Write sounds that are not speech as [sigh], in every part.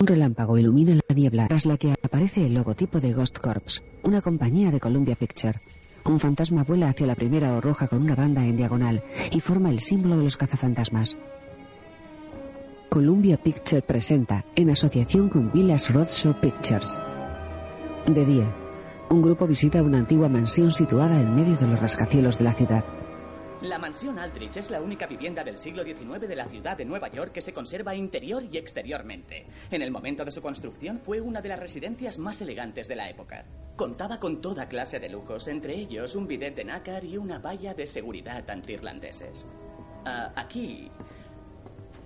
Un relámpago ilumina la niebla tras la que aparece el logotipo de Ghost Corps, una compañía de Columbia Picture. Un fantasma vuela hacia la primera o roja con una banda en diagonal y forma el símbolo de los cazafantasmas. Columbia Picture presenta, en asociación con Village Roadshow Pictures. De día, un grupo visita una antigua mansión situada en medio de los rascacielos de la ciudad. La mansión Aldrich es la única vivienda del siglo XIX de la ciudad de Nueva York que se conserva interior y exteriormente. En el momento de su construcción fue una de las residencias más elegantes de la época. Contaba con toda clase de lujos, entre ellos un bidet de nácar y una valla de seguridad antirlandeses. Ah, aquí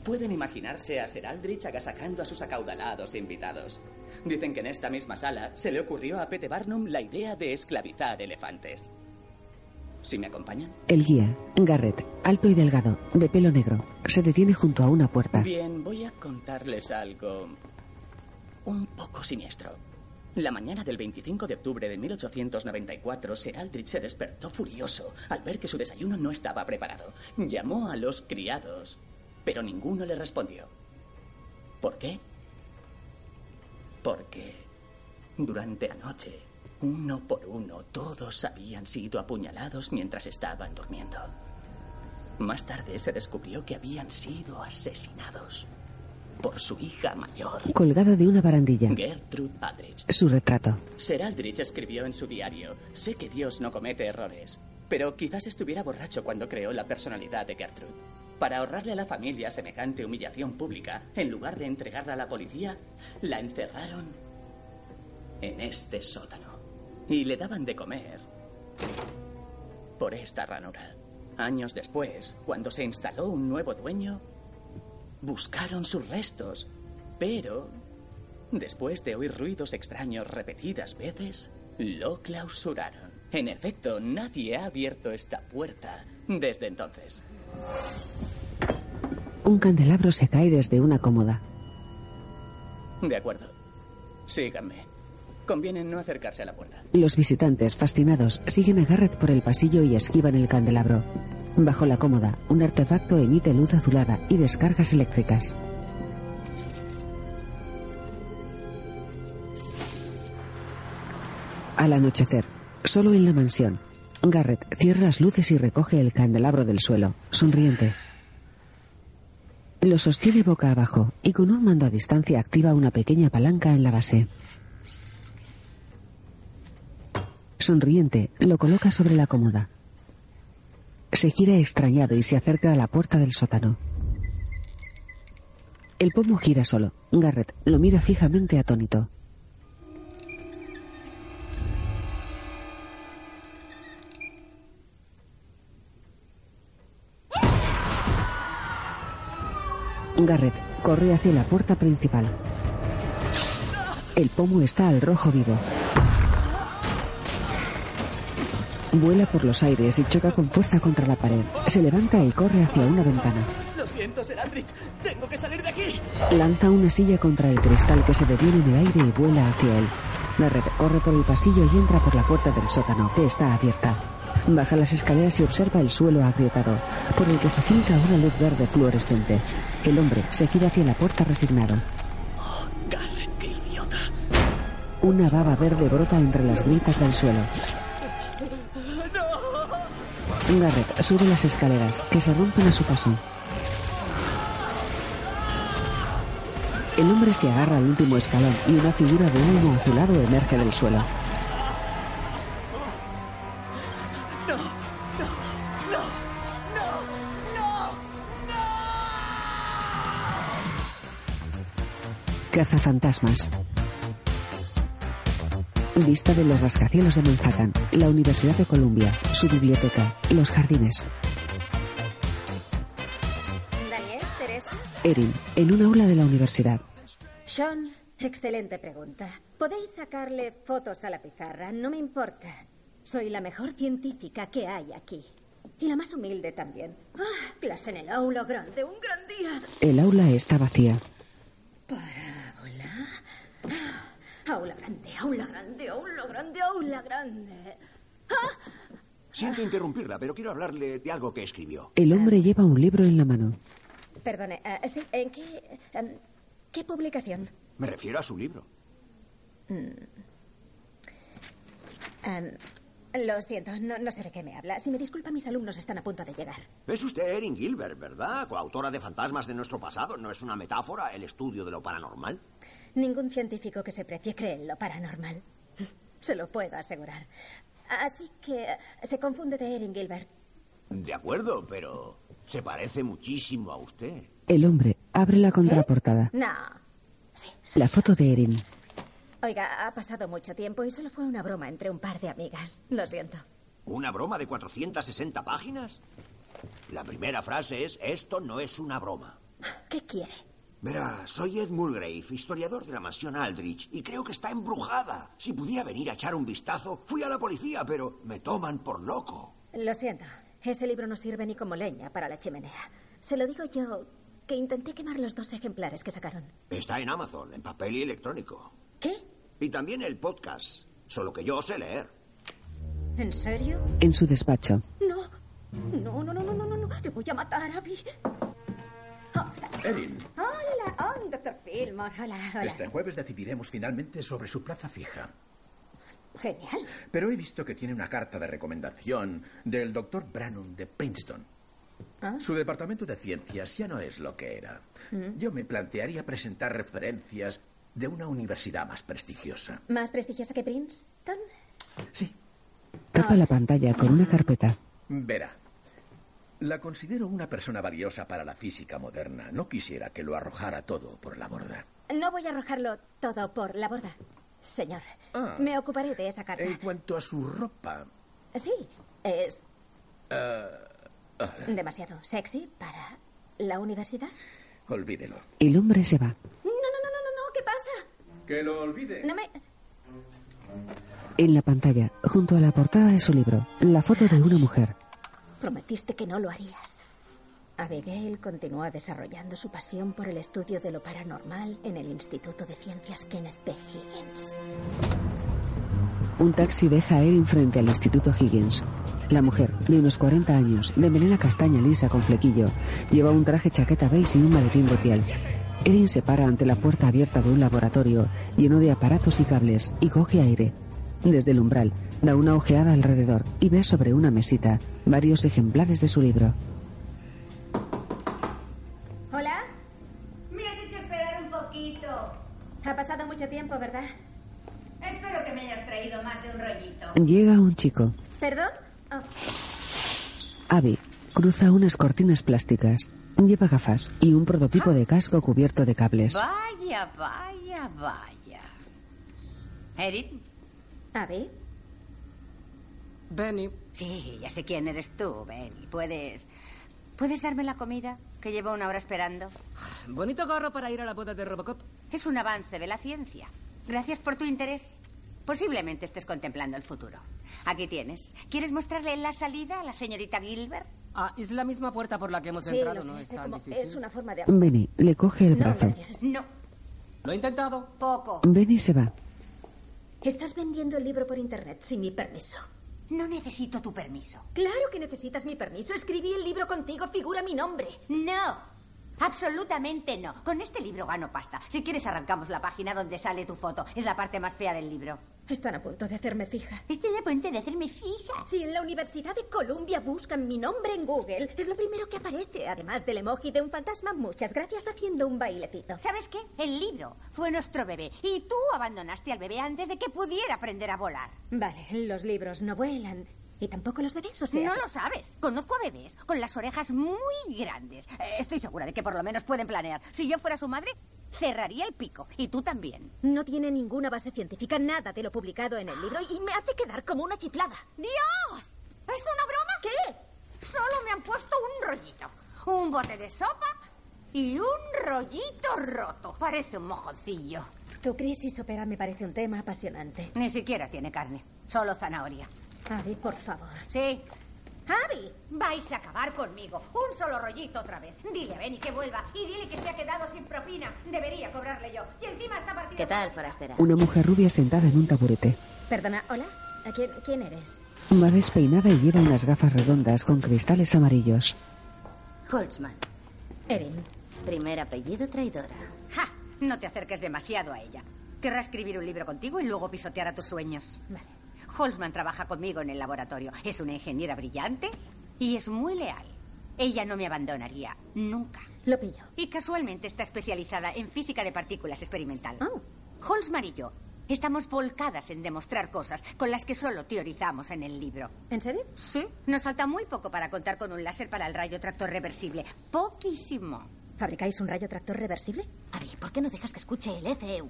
pueden imaginarse a Sir Aldrich agasacando a sus acaudalados invitados. Dicen que en esta misma sala se le ocurrió a Pete Barnum la idea de esclavizar elefantes. Si me acompañan. El guía, Garrett, alto y delgado, de pelo negro, se detiene junto a una puerta. Bien, voy a contarles algo un poco siniestro. La mañana del 25 de octubre de 1894, Sir Aldrich se despertó furioso al ver que su desayuno no estaba preparado. Llamó a los criados, pero ninguno le respondió. ¿Por qué? Porque durante la noche, uno por uno, todos habían sido apuñalados mientras estaban durmiendo. Más tarde se descubrió que habían sido asesinados por su hija mayor, Colgado de una barandilla. Gertrude Aldrich. Su retrato. Sir Aldrich escribió en su diario, sé que Dios no comete errores, pero quizás estuviera borracho cuando creó la personalidad de Gertrude. Para ahorrarle a la familia semejante humillación pública, en lugar de entregarla a la policía, la encerraron en este sótano y le daban de comer por esta ranura. Años después, cuando se instaló un nuevo dueño, buscaron sus restos, pero después de oír ruidos extraños repetidas veces, lo clausuraron. En efecto, nadie ha abierto esta puerta desde entonces. Un candelabro se cae desde una cómoda. De acuerdo. Síganme. Conviene no acercarse a la puerta. Los visitantes, fascinados, siguen a Garrett por el pasillo y esquivan el candelabro. Bajo la cómoda, un artefacto emite luz azulada y descargas eléctricas. Al anochecer, solo en la mansión, Garrett cierra las luces y recoge el candelabro del suelo, sonriente. Lo sostiene boca abajo y con un mando a distancia activa una pequeña palanca en la base. Sonriente, lo coloca sobre la cómoda. Se gira extrañado y se acerca a la puerta del sótano. El pomo gira solo. Garrett lo mira fijamente atónito. Garrett corre hacia la puerta principal. El pomo está al rojo vivo. Vuela por los aires y choca con fuerza contra la pared. Se levanta y corre hacia una ventana. Lo siento, Sir Aldrich. Tengo que salir de aquí. Lanza una silla contra el cristal que se detiene en el aire y vuela hacia él. Garrett corre por el pasillo y entra por la puerta del sótano, que está abierta. Baja las escaleras y observa el suelo agrietado, por el que se filtra una luz verde fluorescente. El hombre se gira hacia la puerta resignado. Oh, Garrett, qué idiota. Una baba verde brota entre las grietas del suelo. Garrett sube las escaleras, que se rompen a su paso. El hombre se agarra al último escalón y una figura de humo azulado emerge del suelo. No, no, no, no, no, no. Cazafantasmas. Vista de los rascacielos de Manhattan, la Universidad de Columbia, su biblioteca, los jardines. Daniel, Teresa. Erin, en un aula de la universidad. Sean, excelente pregunta. Podéis sacarle fotos a la pizarra, no me importa. Soy la mejor científica que hay aquí. Y la más humilde también. Ah, clase en el aula grande, un gran día. El aula está vacía. Parábola. Ah, Aula grande, aula grande, aula grande, aula grande. Siento interrumpirla, pero quiero hablarle de algo que escribió. El hombre lleva un libro en la mano. Perdone, ah, sí, ¿en eh, qué? em, ¿Qué publicación? Me refiero a su libro. Mm. Em, Am, lo siento, no, no sé de qué me habla. Si me disculpa, mis alumnos están a punto de llegar. Es usted Erin Gilbert, ¿verdad? Coautora de Fantasmas de nuestro pasado. ¿No es una metáfora el estudio de lo paranormal? Ningún científico que se precie cree en lo paranormal. [laughs] Se lo puedo asegurar. Así que eh, se confunde de Erin Gilbert. De acuerdo, pero se parece muchísimo a usted. El hombre abre la contraportada. No. La foto de Erin. Oiga, ha pasado mucho tiempo y solo fue una broma entre un par de amigas. Lo siento. ¿Una broma de 460 páginas? La primera frase es, esto no es una broma. ¿Qué quiere? Verá, soy Ed Mulgrave, historiador de la mansión Aldrich, y creo que está embrujada. Si pudiera venir a echar un vistazo, fui a la policía, pero me toman por loco. Lo siento. Ese libro no sirve ni como leña para la chimenea. Se lo digo yo, que intenté quemar los dos ejemplares que sacaron. Está en Amazon, en papel y electrónico. ¿Qué? Y también el podcast, solo que yo sé leer. ¿En serio? En su despacho. No. No, no, no, no, no, no, no. Te voy a matar, Abby. Erin, Hola, oh, doctor Fillmore. Hola, hola. este jueves decidiremos finalmente sobre su plaza fija. Genial. Pero he visto que tiene una carta de recomendación del doctor Branum de Princeton. Ah. ¿Mm? Su departamento de ciencias ya no es lo que era. Yo me plantearía presentar referencias de una universidad más prestigiosa. ¿Más prestigiosa que Princeton? Sí, Tapa la pantalla con una carpeta. verá. La considero una persona valiosa para la física moderna. No quisiera que lo arrojara todo por la borda. No voy a arrojarlo todo por la borda, señor. Ah. Eh. Me ocuparé de esa carta. En cuanto a su ropa, eh, Sí, es... ah, Demasiado sexy para la universidad. olvídelo. El hombre se va. No, no, no, no, no, no, ¿qué pasa? Que lo olvide. No me... En la pantalla, junto a la portada de su libro, la foto de una mujer. Prometiste que no lo harías. Abigail continúa desarrollando su pasión por el estudio de lo paranormal en el Instituto de Ciencias Kenneth B. Higgins. Un taxi deja a Erin frente al Instituto Higgins. La mujer, de unos 40 años, de melena castaña lisa con flequillo, lleva un traje chaqueta beige y un maletín de piel. Erin se para ante la puerta abierta de un laboratorio lleno de aparatos y cables y coge aire. Desde el umbral, da una ojeada alrededor y ve sobre una mesita varios ejemplares de su libro. ¿Hola? Me has hecho esperar un poquito. Ha pasado mucho tiempo, ¿verdad? Espero que me hayas traído más de un rollito. Llega un chico. ¿Perdón? Oh, Abby cruza unas cortinas plásticas, lleva gafas y un prototipo de casco cubierto de cables. Vaya, vaya, vaya. Erin. Abby, Benny, Sí, ya sé quién eres tú, Benny. ¿Puedes. ¿Puedes darme la comida? Que llevo una hora esperando. bonito gorro para ir a la boda de Robocop. Es un avance de la ciencia. Gracias por tu interés. Posiblemente estés contemplando el futuro. Aquí tienes. ¿Quieres mostrarle la salida a la señorita Gilbert? Ah, es la misma puerta por la que hemos sí, entrado, lo sé, no es sé tan cómo- difícil. es una forma de... Benny le coge el No, brazo. gracias. No, Lo he intentado. poco. Benny se va. Estás vendiendo el libro por internet sin mi permiso. No necesito tu permiso. Claro que necesitas mi permiso. Escribí el libro contigo, figura mi nombre. No, absolutamente no. Con este libro gano pasta. Si quieres arrancamos la página donde sale tu foto. Es la parte más fea del libro. Están a punto de hacerme fija. Estoy a punto de hacerme fija. Si en la Universidad de Columbia buscan mi nombre en Google, es lo primero que aparece, además del emoji de un fantasma, muchas gracias haciendo un bailecito. ¿Sabes qué? El libro fue nuestro bebé y tú abandonaste al bebé antes de que pudiera aprender a volar. Vale, los libros no vuelan. Y tampoco los bebés, o sea... No lo sabes. Conozco a bebés con las orejas muy grandes. Eh, Estoy segura de que por lo menos pueden planear. Si yo fuera su madre, cerraría el pico. Y tú también. No tiene ninguna base científica, nada de lo publicado en el libro, y me hace quedar como una chiflada. ¡Dios! ¿Es una broma? ¿Qué? Solo me han puesto un rollito, un bote de sopa y un rollito roto. Parece un mojoncillo. Tu crisis opera me parece un tema apasionante. Ni siquiera tiene carne, solo zanahoria. Abby, por favor. Sí, ¡Abby! vais a acabar conmigo. Un solo rollito otra vez. Dile a Benny que vuelva y dile que se ha quedado sin propina. Debería cobrarle yo. Y encima está partida. ¿Qué tal, forastera? Una mujer rubia sentada en un taburete. Perdona, ¿hola? ¿A quién, quién eres? Va despeinada y lleva unas gafas redondas con cristales amarillos. Holtzman. Erin. Primer apellido traidora. ¡Ja! No te acerques demasiado a ella. Querrá escribir un libro contigo y luego pisotear a tus sueños. Vale. Holzman trabaja conmigo en el laboratorio. Es una ingeniera brillante y es muy leal. Ella no me abandonaría nunca. Lo pillo. Y casualmente está especializada en física de partículas experimental. Oh. Holzman y yo estamos volcadas en demostrar cosas con las que solo teorizamos en el libro. ¿En serio? Sí. Nos falta muy poco para contar con un láser para el rayo tractor reversible. Poquísimo. ¿Fabricáis un rayo tractor reversible? Abby, ¿por qué no dejas que escuche el FEV?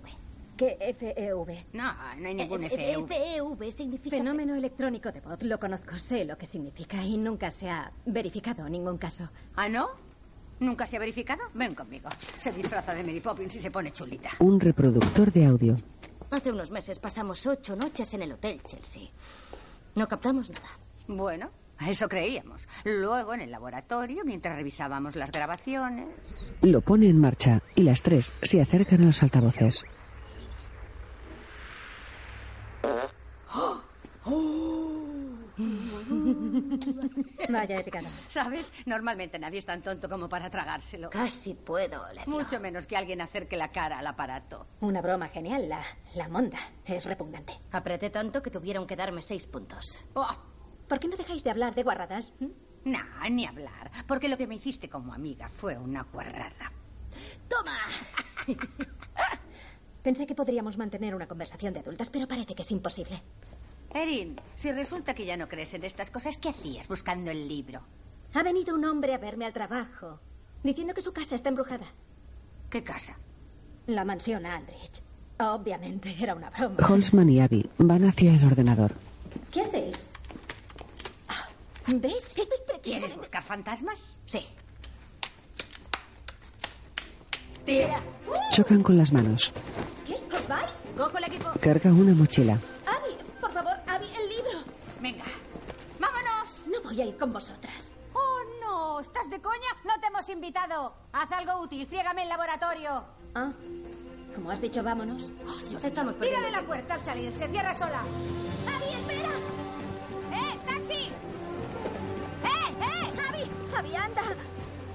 ¿Qué E FEV? No, no hay E ningún E F- FEU. FEV significa... Fenómeno electrónico de voz. Lo conozco, sé lo que significa y nunca se ha verificado ningún caso. ¿Ah, no? ¿Nunca se ha verificado? Ven conmigo. Se disfraza de Mary Poppins y se pone chulita. Un reproductor de audio. Hace unos meses pasamos ocho noches en el Hotel Chelsea. No captamos nada. Bueno, eso creíamos. Luego en el laboratorio, mientras revisábamos las grabaciones. Lo pone en marcha y las tres se acercan a los altavoces. ¡Oh! Vaya he picado. [laughs] ¿Sabes? Normalmente nadie es tan tonto como para tragárselo. Casi puedo olerlo. Mucho menos que alguien acerque la cara al aparato. Una broma genial, la, la monda. Es repugnante. Apreté tanto que tuvieron que darme seis puntos. ¡Oh! ¿Por qué no dejáis de hablar de guarradas? ¿Mm? Nah, ni hablar. Porque lo que me hiciste como amiga fue una guarrada. ¡Toma! Pensé que podríamos mantener una conversación de adultas, pero parece que es imposible. Erin, si resulta que ya no crees en estas cosas, ¿qué hacías buscando el libro? Ha venido un hombre a verme al trabajo, diciendo que su casa está embrujada. ¿Qué casa? La mansión Aldrich. Obviamente, era una broma. Holzman y Abby van hacia el ordenador. ¿Qué hacéis? Ah, ¿Ves? Esto es ¿Quieres precioso. buscar fantasmas? Sí. Tira. Chocan con las manos. ¿Qué? ¿Os vais? ¡Go con el equipo! Carga una mochila. Abby, por favor, Abby, el libro. Venga. ¡Vámonos! No voy a ir con vosotras. ¡Oh, no! ¿Estás de coña? ¡No te hemos invitado! ¡Haz algo útil! ¡Friégame el laboratorio! Ah, como has dicho, vámonos. Estamos ¡Tira perdiendo. de la puerta al salir! ¡Se cierra sola! ¡Javi, espera! ¡Eh, taxi! ¡Eh, eh! ¡Abby! ¡Abby, anda!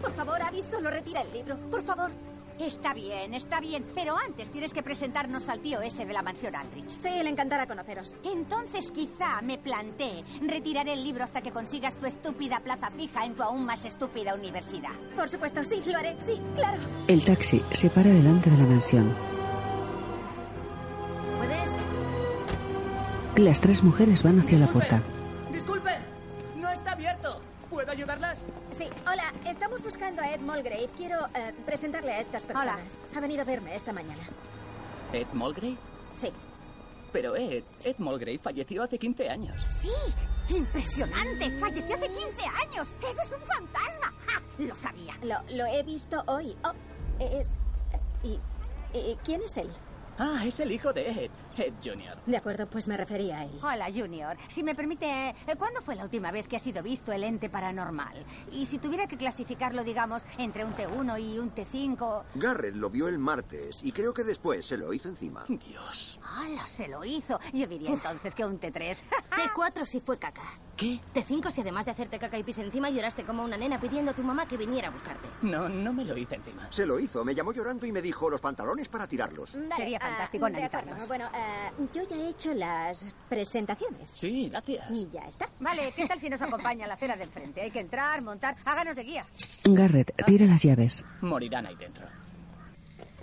Por favor, Abby, solo retira el libro. Por favor. Está bien, está bien, pero antes tienes que presentarnos al tío ese de la mansión Aldrich. Sí, le encantará conoceros. Entonces quizá me planteé retirar el libro hasta que consigas tu estúpida plaza fija en tu aún más estúpida universidad. Por supuesto, sí, lo haré. Sí, claro. El taxi se para delante de la mansión. ¿Puedes? Las tres mujeres van hacia la puerta. Disculpen, no está abierto. ¿Puedo ayudarlas? Sí, hola, estamos buscando a Ed Mulgrave. Quiero eh, presentarle a estas personas. Ha venido a verme esta mañana. Ed Mulgrave. Sí. Pero Ed, Ed Mulgrave falleció hace 15 años. ¡Sí! ¡Impresionante! ¡Falleció hace 15 años! ¡Eres un fantasma! ¡Ja! ¡Lo sabía! Lo, lo he visto hoy. Oh, es. ¿Y, y quién es él? Ah, es el hijo de Ed, Ed Jr. De acuerdo, pues me refería a él. Hola, Junior. Si me permite, eh, ¿cuándo fue la última vez que ha sido visto el ente paranormal? Y si tuviera que clasificarlo, digamos, entre un T1 y un T5... Garrett lo vio el martes y creo que después se lo hizo encima. Dios. ¡Hala, se lo hizo! Yo diría entonces que [laughs] un T3. T4 si fue caca. ¿Qué? T5 si además de hacerte caca y pis encima lloraste como una nena pidiendo a tu mamá que viniera a buscarte. No, no me lo hice encima. Se lo hizo, me llamó llorando y me dijo los pantalones para tirarlos. Vale, Sería ah, fantástico de acuerdo. analizarlos. Bueno, ah, yo ya he hecho las presentaciones. Sí, gracias. Y ya está. Vale, ¿qué tal si nos acompaña a la acera del frente? Hay que entrar, montar... Háganos de guía. Garrett tira las llaves. Morirán ahí dentro.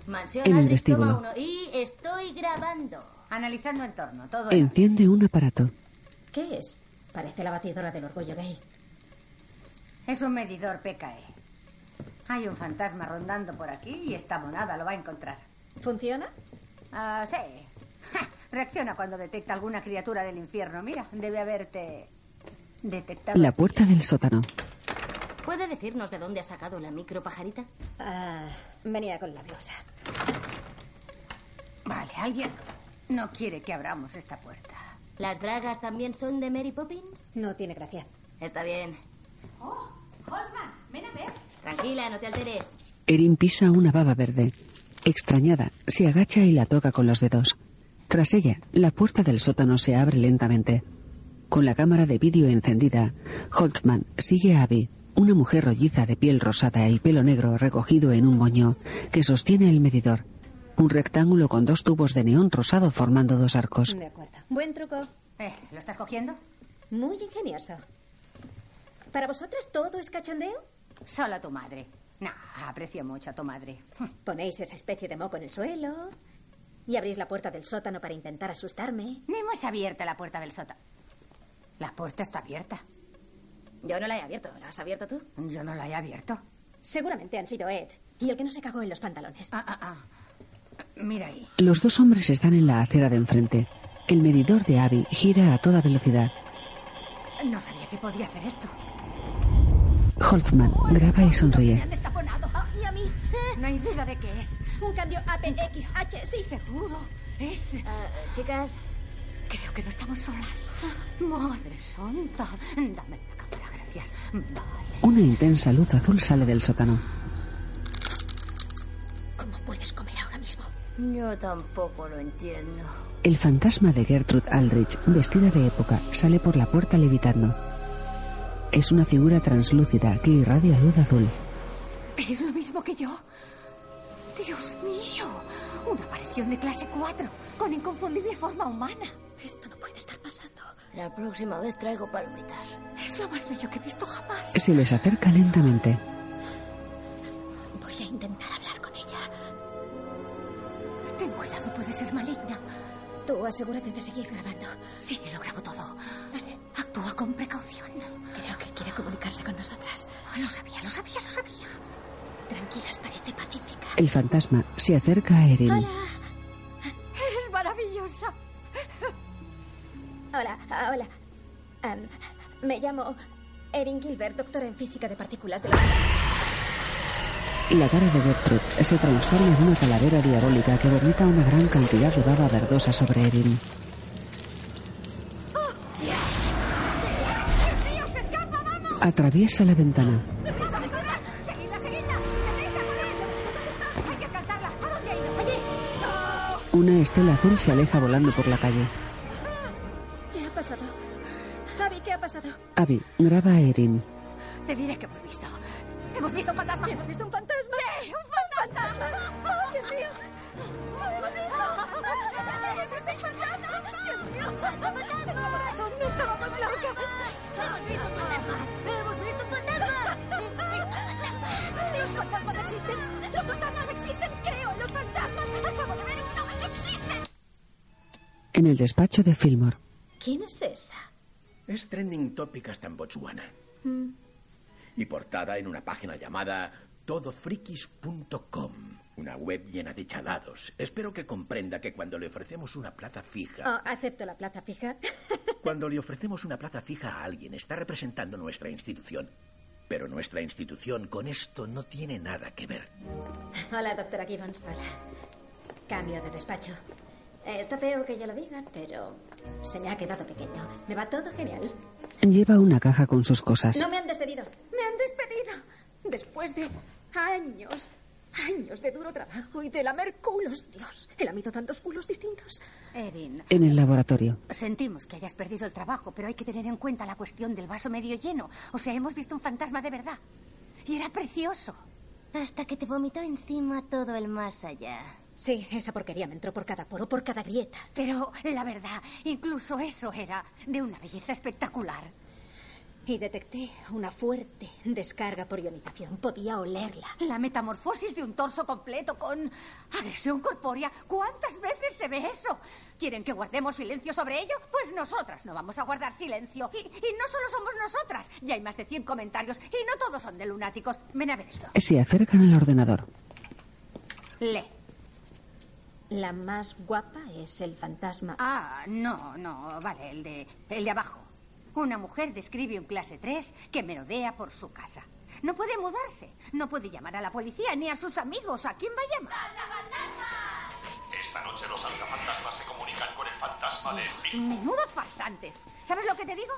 Mansión En el Aldrich, vestíbulo. toma uno. Y estoy grabando. Analizando entorno, todo... era. Enciende un aparato. ¿Qué es? Parece la batidora del orgullo gay. Es un medidor PKE. Hay un fantasma rondando por aquí y esta monada lo va a encontrar. ¿Funciona? Ah, sí. Ja, reacciona cuando detecta alguna criatura del infierno. Mira, debe haberte detectado. La puerta del sótano. ¿Puede decirnos de dónde ha sacado la micro pajarita? Ah, venía con la blusa. Vale, alguien no quiere que abramos esta puerta. ¿Las bragas también son de Mary Poppins? No tiene gracia. Está bien. ¡Oh! Osman, ven a ver. Tranquila, no te alteres. Erin pisa una baba verde. Extrañada, se agacha y la toca con los dedos. Tras ella, la puerta del sótano se abre lentamente. Con la cámara de vídeo encendida, Holtzman sigue a Abby, una mujer rolliza de piel rosada y pelo negro recogido en un moño, que sostiene el medidor. Un rectángulo con dos tubos de neón rosado formando dos arcos. De acuerdo. Buen truco. Eh, ¿Lo estás cogiendo? Muy ingenioso. ¿Para vosotras todo es cachondeo? Solo tu madre. No, aprecio mucho a tu madre. Ponéis esa especie de moco en el suelo y abrís la puerta del sótano para intentar asustarme. No hemos abierto la puerta del sótano. La puerta está abierta. Yo no la he abierto. ¿La has abierto tú? Yo no la he abierto. Seguramente han sido Ed y el que no se cagó en los pantalones. Ah, ah, ah. Mira ahí. Los dos hombres están en la acera de enfrente. El medidor de Abby gira a toda velocidad. No sabía que podía hacer esto. Holtzman graba y Me sonríe. han destaponado. Ah, Y a mí, ¡eh! No hay duda de que es. un cambio APXH, sí. Seguro. Eh, Es. Ah, chicas, Creo que no estamos solas. Ah, Madre santa. Dame la cámara, gracias. Vale. Una intensa luz azul sale del sótano. ¿Cómo puedes comer ahora mismo? yo tampoco lo entiendo. El fantasma de Gertrude Aldrich, vestida de época, sale por la puerta levitando. Es una figura translúcida que irradia luz azul. ¿Es lo mismo que yo? Dios mío. Una aparición de clase 4 con inconfundible forma humana. Esto no puede estar pasando. La próxima vez traigo palomitas. Es lo más bello que he visto jamás. Se les acerca lentamente. Voy a intentar hablar con ella. Ten cuidado, puede ser maligna. Tú asegúrate de seguir grabando. Sí, lo grabo todo. Actúa con precaución. Ah, Creo que quiere comunicarse con nosotras. Lo sabía, lo sabía, lo sabía. Tranquilas, parece pacífica. El fantasma se acerca a Erin. Eres maravillosa. Hola, ah, hola. Am, me llamo Erin Gilbert, doctora en física de partículas de la... La cara de Gertrude se transforma en una calavera diabólica que vomita una gran cantidad de baba verdosa sobre Erin. Atraviesa la ventana. ¡Deprisa, deprisa! ¡Seguidla, seguidla! ¡Deprisa con eso! ¿Dónde está? Hay que alcanzarla. ¿A dónde ha ido? ¡Oye! Una estela azul se aleja volando por la calle. ¿Qué ha pasado? Javi, ¿qué ha pasado? Abby graba a Erin. Te diré que hemos visto. Hemos visto un fantasma. Hemos visto un fantasma. Sí, un fantasma. ¡Oh, Dios mío! ¡Hemos visto! ¡Hemos visto un fantasma! ¡Dios mío! ¡Un fantasma! ¡No estábamos locas! ¡Hemos visto un fantasma! ¡Hemos visto un fantasma! ¡Los fantasmas existen! ¡Los fantasmas existen! ¡Creo en los fantasmas! ¡Acabo de ver uno! ¡Existen! En el despacho de Fillmore. ¿Quién es esa? Es trending topic hasta en Botswana. Y portada en una página llamada todofrikis.com, una web llena de chalados. Espero que comprenda que cuando le ofrecemos una plaza fija, Oh, acepto la plaza fija. cuando le ofrecemos una plaza fija a alguien, está representando nuestra institución. Pero nuestra institución con esto no tiene nada que ver. Hola, doctora Gibbons. Hola. Cambio de despacho. Eh, Está feo que yo lo diga, pero se me ha quedado pequeño. Me va todo genial. Lleva una caja con sus cosas. No me han despedido. Me han despedido. Después de años, años de duro trabajo y de lamer culos. Dios, he lamido tantos culos distintos. Erin, En el laboratorio. Sentimos que hayas perdido el trabajo, pero hay que tener en cuenta la cuestión del vaso medio lleno. O sea, hemos visto un fantasma de verdad. Y era precioso. Hasta que te vomitó encima todo el más allá. Sí, esa porquería me entró por cada poro, por cada grieta. Pero la verdad, incluso eso era de una belleza espectacular. Y detecté una fuerte descarga por ionización. Podía olerla. La metamorfosis de un torso completo con agresión corpórea. ¿Cuántas veces se ve eso? ¿Quieren que guardemos silencio sobre ello? Pues nosotras no vamos a guardar silencio. Y, y no solo somos nosotras. Ya hay más de 100 comentarios y no todos son de lunáticos. Ven a ver esto. Se acercan al ordenador. Lee. La más guapa es el fantasma. Ah, no, no, vale, el de, el de abajo. Una mujer describe un clase 3 que merodea por su casa. No puede mudarse, no puede llamar a la policía ni a sus amigos. ¿A quién va a llamar? Esta noche los alzafantasmas se comunican con el fantasma de... Dios, Pues menudos farsantes. ¿Sabes lo que te digo?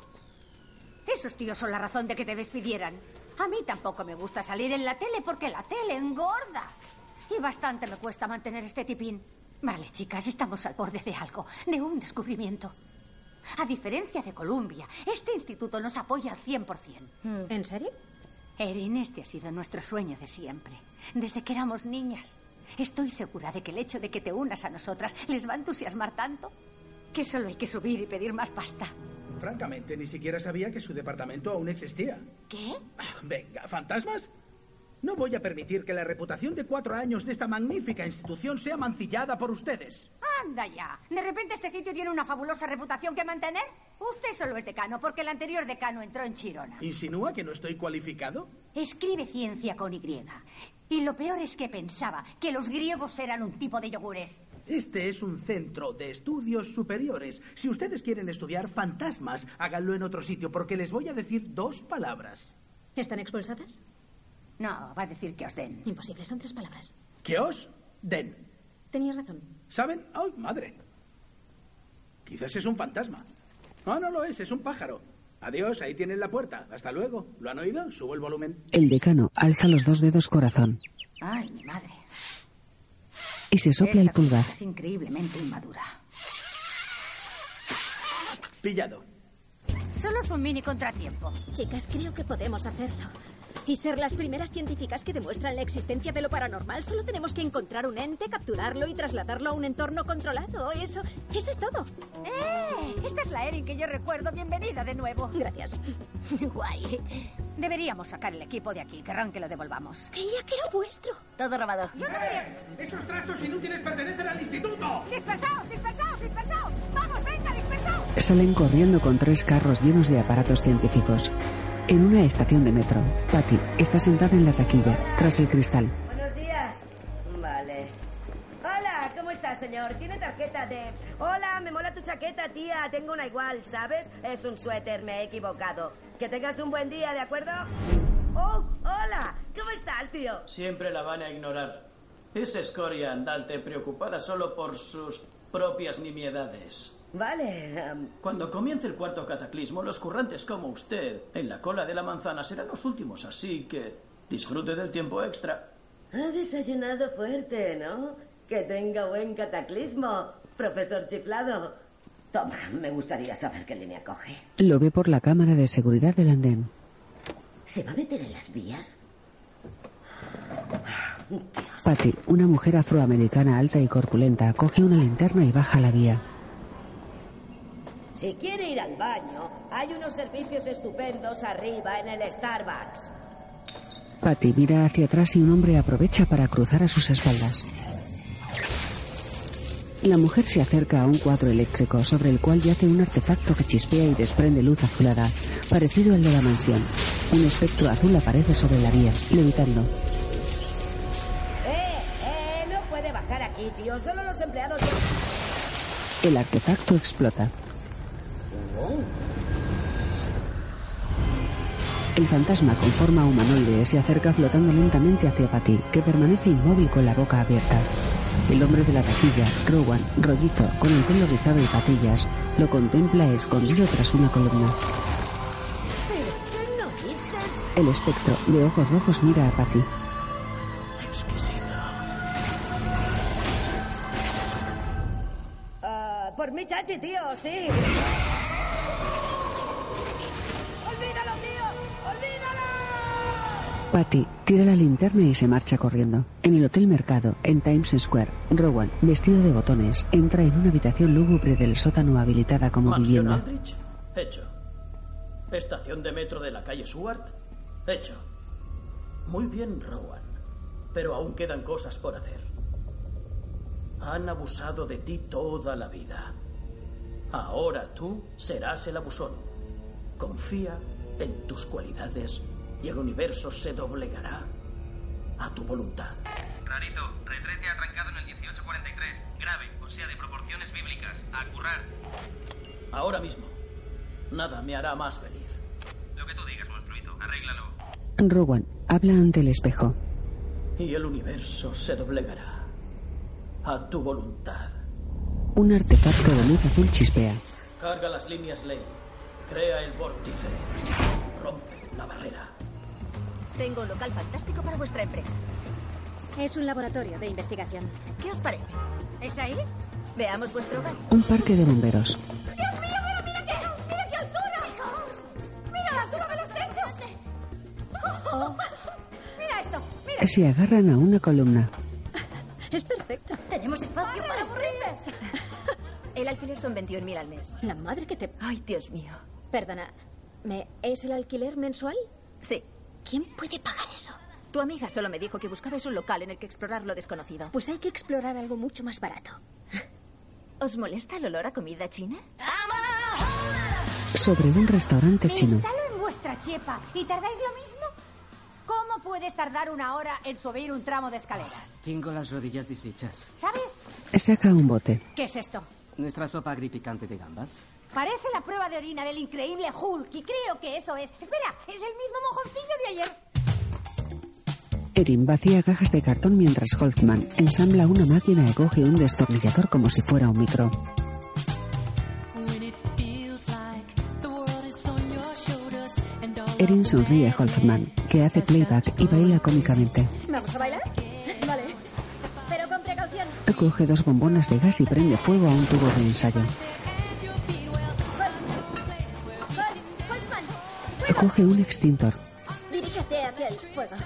Esos tíos son la razón de que te despidieran. A mí tampoco me gusta salir en la tele porque la tele engorda. Y bastante me cuesta mantener este tipín. Vale, chicas, estamos al borde de algo, de un descubrimiento. A diferencia de Columbia, este instituto nos apoya al 100%. ¿En serio? Erin, este ha sido nuestro sueño de siempre, desde que éramos niñas. Estoy segura de que el hecho de que te unas a nosotras les va a entusiasmar tanto que solo hay que subir y pedir más pasta. Francamente, ni siquiera sabía que su departamento aún existía. ¿Qué? Venga, ¿fantasmas? No voy a permitir que la reputación de cuatro años de esta magnífica institución sea mancillada por ustedes. Anda ya. ¿De repente este sitio tiene una fabulosa reputación que mantener? Usted solo es decano porque el anterior decano entró en Chirona. ¿Insinúa que no estoy cualificado? Escribe ciencia con Y. Y lo peor es que pensaba que los griegos eran un tipo de yogures. Este es un centro de estudios superiores. Si ustedes quieren estudiar fantasmas, háganlo en otro sitio porque les voy a decir dos palabras. ¿Están expulsadas? No, va a decir que os den. Imposible, son tres palabras. Que os den. Tenía razón. ¿Saben? ¡Ay, madre! Quizás es un fantasma. No, no lo es, es un pájaro. Adiós, ahí tienen la puerta. Hasta luego. ¿Lo han oído? Subo el volumen. El decano alza los dos dedos corazón Ay, mi madre. y se sopla el Esta cosa pulgar. Es increíblemente inmadura. Pillado. Solo es un mini contratiempo. Chicas, creo que podemos hacerlo. Y ser las primeras científicas que demuestran la existencia de lo paranormal. Solo tenemos que encontrar un ente, capturarlo y trasladarlo a un entorno controlado. Eso, eso es todo. ¡Eh! Esta es la Erin que yo recuerdo. Bienvenida de nuevo. [laughs] Gracias. Guay. Deberíamos sacar el equipo de aquí. Querrán que lo devolvamos. Creía que era vuestro. Todo robado. ¡No debería! ¡Esos trastos inútiles pertenecen al instituto! ¡Dispersaos, dispersaos, dispersaos! ¡Vamos, venga, dispersaos! Salen corriendo con tres carros llenos de aparatos científicos. En una estación de metro, Patty está sentada en la taquilla, tras el cristal. Buenos días. Vale. Hola, ¿cómo estás, señor? ¿Tiene tarjeta de...? Hola, me mola tu chaqueta, tía. Tengo una igual, ¿sabes? Es un suéter, me he equivocado. Que tengas un buen día, ¿de acuerdo? Oh, hola. ¿Cómo estás, tío? Siempre la van a ignorar. Es escoria andante preocupada solo por sus propias nimiedades. Vale. um, Cuando comience el cuarto cataclismo, los currantes como usted, en la cola de la manzana, serán los últimos, así que disfrute del tiempo extra. ha desayunado fuerte, ¿no? Que tenga buen cataclismo, profesor chiflado. Toma, me gustaría saber qué línea coge. Lo ve por la cámara de seguridad del andén. ¿Se va a meter en las vías? Patty, una mujer afroamericana alta y corpulenta, coge una linterna y baja la vía. Si quiere ir al baño, hay unos servicios estupendos arriba en el Starbucks. Patty mira hacia atrás y un hombre aprovecha para cruzar a sus espaldas. La mujer se acerca a un cuadro eléctrico sobre el cual yace un artefacto que chispea y desprende luz azulada, parecido al de la mansión. Un espectro azul aparece sobre la vía, levitando. ¡Eh, eh! No puede bajar aquí, tío. Solo los empleados... El artefacto explota. El fantasma con forma humanoide se acerca flotando lentamente hacia Patty, que permanece inmóvil con la boca abierta. El hombre de la taquilla, Rowan, rollizo, con el pelo rizado y patillas, lo contempla escondido tras una columna. ¿Pero qué narices? El espectro, de ojos rojos, mira a Patty. Ah, por mi chachi, tío, sí. ¡Olvídalo, tío! ¡Olvídalo! Patty tira la linterna y se marcha corriendo. En el Hotel Mercado, en Times Square, Rowan, vestido de botones, entra en una habitación lúgubre del sótano habilitada como ¿Mansión vivienda. Aldrich? Hecho. ¿Estación de metro de la calle Seward? Hecho. Muy bien, Rowan. Pero aún quedan cosas por hacer. Han abusado de ti toda la vida. Ahora tú serás el abusón. Confía en tus cualidades y el universo se doblegará a tu voluntad. Rarito, retrete atrancado en el 1843. Grave, o sea, de proporciones bíblicas. A currar. Ahora mismo. Nada me hará más feliz. Lo que tú digas, monstruito. Arréglalo. Rowan habla ante el espejo. Y el universo se doblegará a tu voluntad. Un artefacto de luz azul chispea. Carga las líneas ley. Crea el vórtice. Rompe la barrera. Tengo un local fantástico para vuestra empresa. Es un laboratorio de investigación. ¿Qué os parece? ¿Es ahí? Veamos vuestro hogar. Un parque de bomberos. ¡Mira qué altura! ¡Mira la altura de los techos! ¡Mira esto! Se agarran a una columna. ¡Qué para [laughs] El alquiler son 21.000 al mes. La madre que te... Ay, Dios mío. Perdona, ¿me... ¿es el alquiler mensual? Sí. ¿Quién puede pagar eso? Tu amiga solo me dijo que buscabas un local en el que explorar lo desconocido. Pues hay que explorar algo mucho más barato. ¿Os molesta el olor a comida china? Sobre un restaurante Me Este chino. instalo en vuestra chepa y tardáis lo mismo. ¿Cómo puedes tardar una hora en subir un tramo de escaleras? Tengo las rodillas deshechas. ¿Sabes? Saca un bote. ¿Qué es esto? Nuestra sopa agripicante de gambas. Parece la prueba de orina del increíble Hulk y creo que eso es. Espera, es el mismo mojoncillo de ayer. Erin vacía cajas de cartón mientras Holtzman ensambla una máquina y coge un destornillador como si fuera un micro. Erin sonríe a Holtzman, que hace playback y baila cómicamente. ¿Vamos a bailar? Vale. Pero con precaución. Coge dos bombonas de gas y prende fuego a un tubo de ensayo. Hol- Holtzman, Coge un extintor. dirígete hacia el fuego.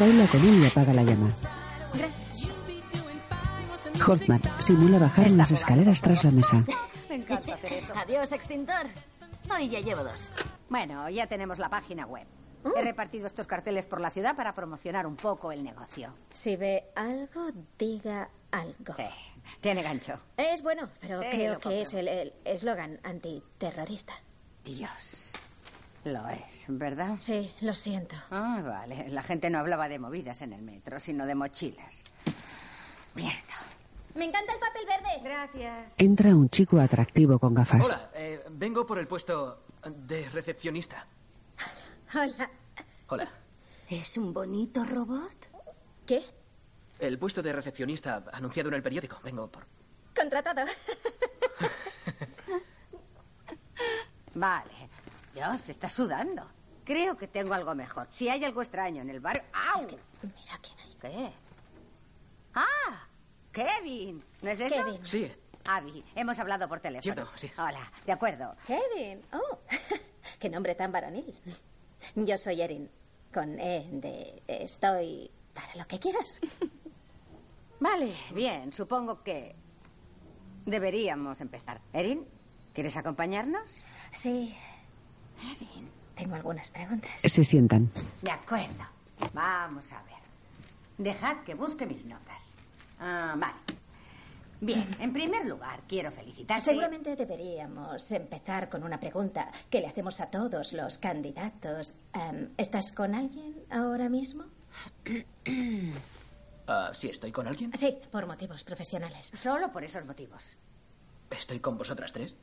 Baila con él y apaga la llama. Holtzman simula bajar unas escaleras tras la [laughs] mesa. Me encanta hacer eso. Adiós, extintor. Hoy ya llevo dos. Bueno, ya tenemos la página web. Mm. He repartido estos carteles por la ciudad para promocionar un poco el negocio. Si ve algo, diga algo. Eh, Tiene gancho. Es bueno, pero Sí, creo lo que es el el eslogan antiterrorista. Dios. Lo es, ¿verdad? Sí, lo siento. Ah, vale. La gente no hablaba de movidas en el metro, sino de mochilas. Mierda. Me encanta el papel verde. Gracias. Entra un chico atractivo con gafas. Hola, eh, vengo por el puesto de recepcionista. Hola. Hola. ¿Es un bonito robot? ¿Qué? El puesto de recepcionista anunciado en el periódico. Vengo [clears throat] por... Contratado. Vale. Dios, está sudando. Creo que tengo algo mejor. Si hay algo extraño en el bar... ¡Au! mira quién hay. ¿Qué? ¡Ah! ¡Kevin! ¿No es eso? Kevin. Sí. Abby, hemos hablado por teléfono. Cierto, sí. Hola, de acuerdo. Kevin. Oh, [laughs] qué nombre tan varonil. Yo soy Erin, con E de estoy para lo que quieras. Vale, bien, supongo que deberíamos empezar. Erin, ¿quieres acompañarnos? Sí. Erin, tengo algunas preguntas. Se sientan. De acuerdo. Vamos a ver. Dejad que busque mis notas. Ah, vale. Bien, en primer lugar, quiero felicitarte. Seguramente deberíamos empezar con una pregunta que le hacemos a todos los candidatos. Em, ¿Estás con alguien ahora mismo? Ah, ¿Sí estoy con alguien? Sí, por motivos profesionales. Solo por esos motivos. ¿Estoy con vosotras tres?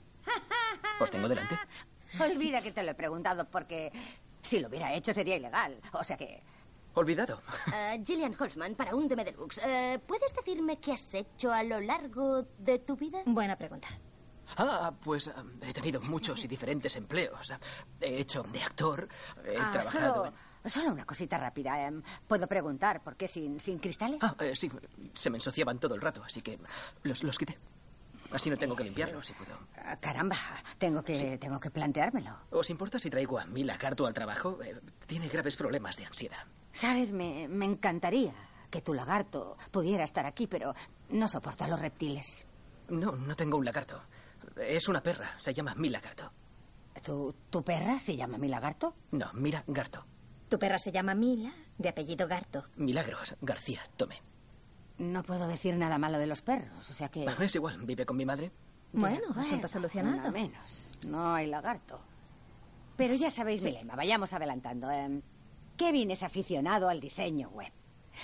¿Os tengo delante? Olvida que te lo he preguntado porque si lo hubiera hecho sería ilegal. O sea que... Olvidado. Eh, Gillian Holzman, para un DM Deluxe. Eh, ¿Puedes decirme qué has hecho a lo largo de tu vida? Buena pregunta. Ah, pues ah, he tenido muchos y diferentes empleos. He hecho de actor, he Ah, trabajado... solo, solo una cosita rápida. em, ¿Puedo preguntar por qué sin, sin cristales? Ah, eh, sí, se me ensuciaban todo el rato, así que los, los quité. Así no tengo que limpiarlos si puedo. Ah, Caramba, tengo que, Eh, tengo que planteármelo. ¿Os importa si traigo a Mila Carto al trabajo? Eh, tiene graves problemas de ansiedad. Sabes, me, me encantaría que tu lagarto pudiera estar aquí, pero no soporto a los reptiles. No, no tengo un lagarto. Es una perra, se llama Mila Carto. ¿Tu, tu perra se llama mi lagarto? No, Mira Garto. Tu perra se llama Mila, de apellido Garto. Milagros García, tome. No puedo decir nada malo de los perros, o sea que... Ah, Es igual, vive con mi madre. Bueno, Bueno, asunto una solucionado. menos. No hay lagarto. Pero ya sabéis mi lema, vayamos adelantando. em. Kevin es aficionado al diseño web.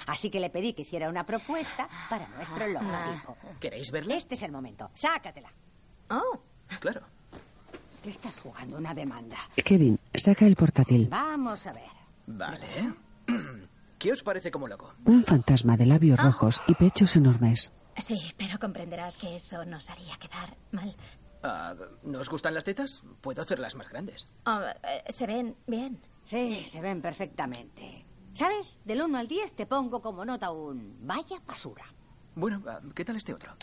Así que le pedí que hiciera una propuesta para Ah. nuestro logotipo. ¿Queréis verla? Este es el momento. Sácatela. Oh, Claro. Te estás jugando una demanda. Kevin saca el portátil. Vamos a ver. Vale. [clears throat] ¿Qué os parece como loco? Un fantasma de labios rojos y pechos enormes. Sí, pero comprenderás que eso nos haría quedar mal. Ah, ¿No os gustan las tetas? Puedo hacerlas más grandes. Oh, eh, se ven bien. Sí, se ven perfectamente. ¿Sabes? Del 1 al 10 te pongo como nota un vaya basura. Bueno, ah, ¿qué tal este otro?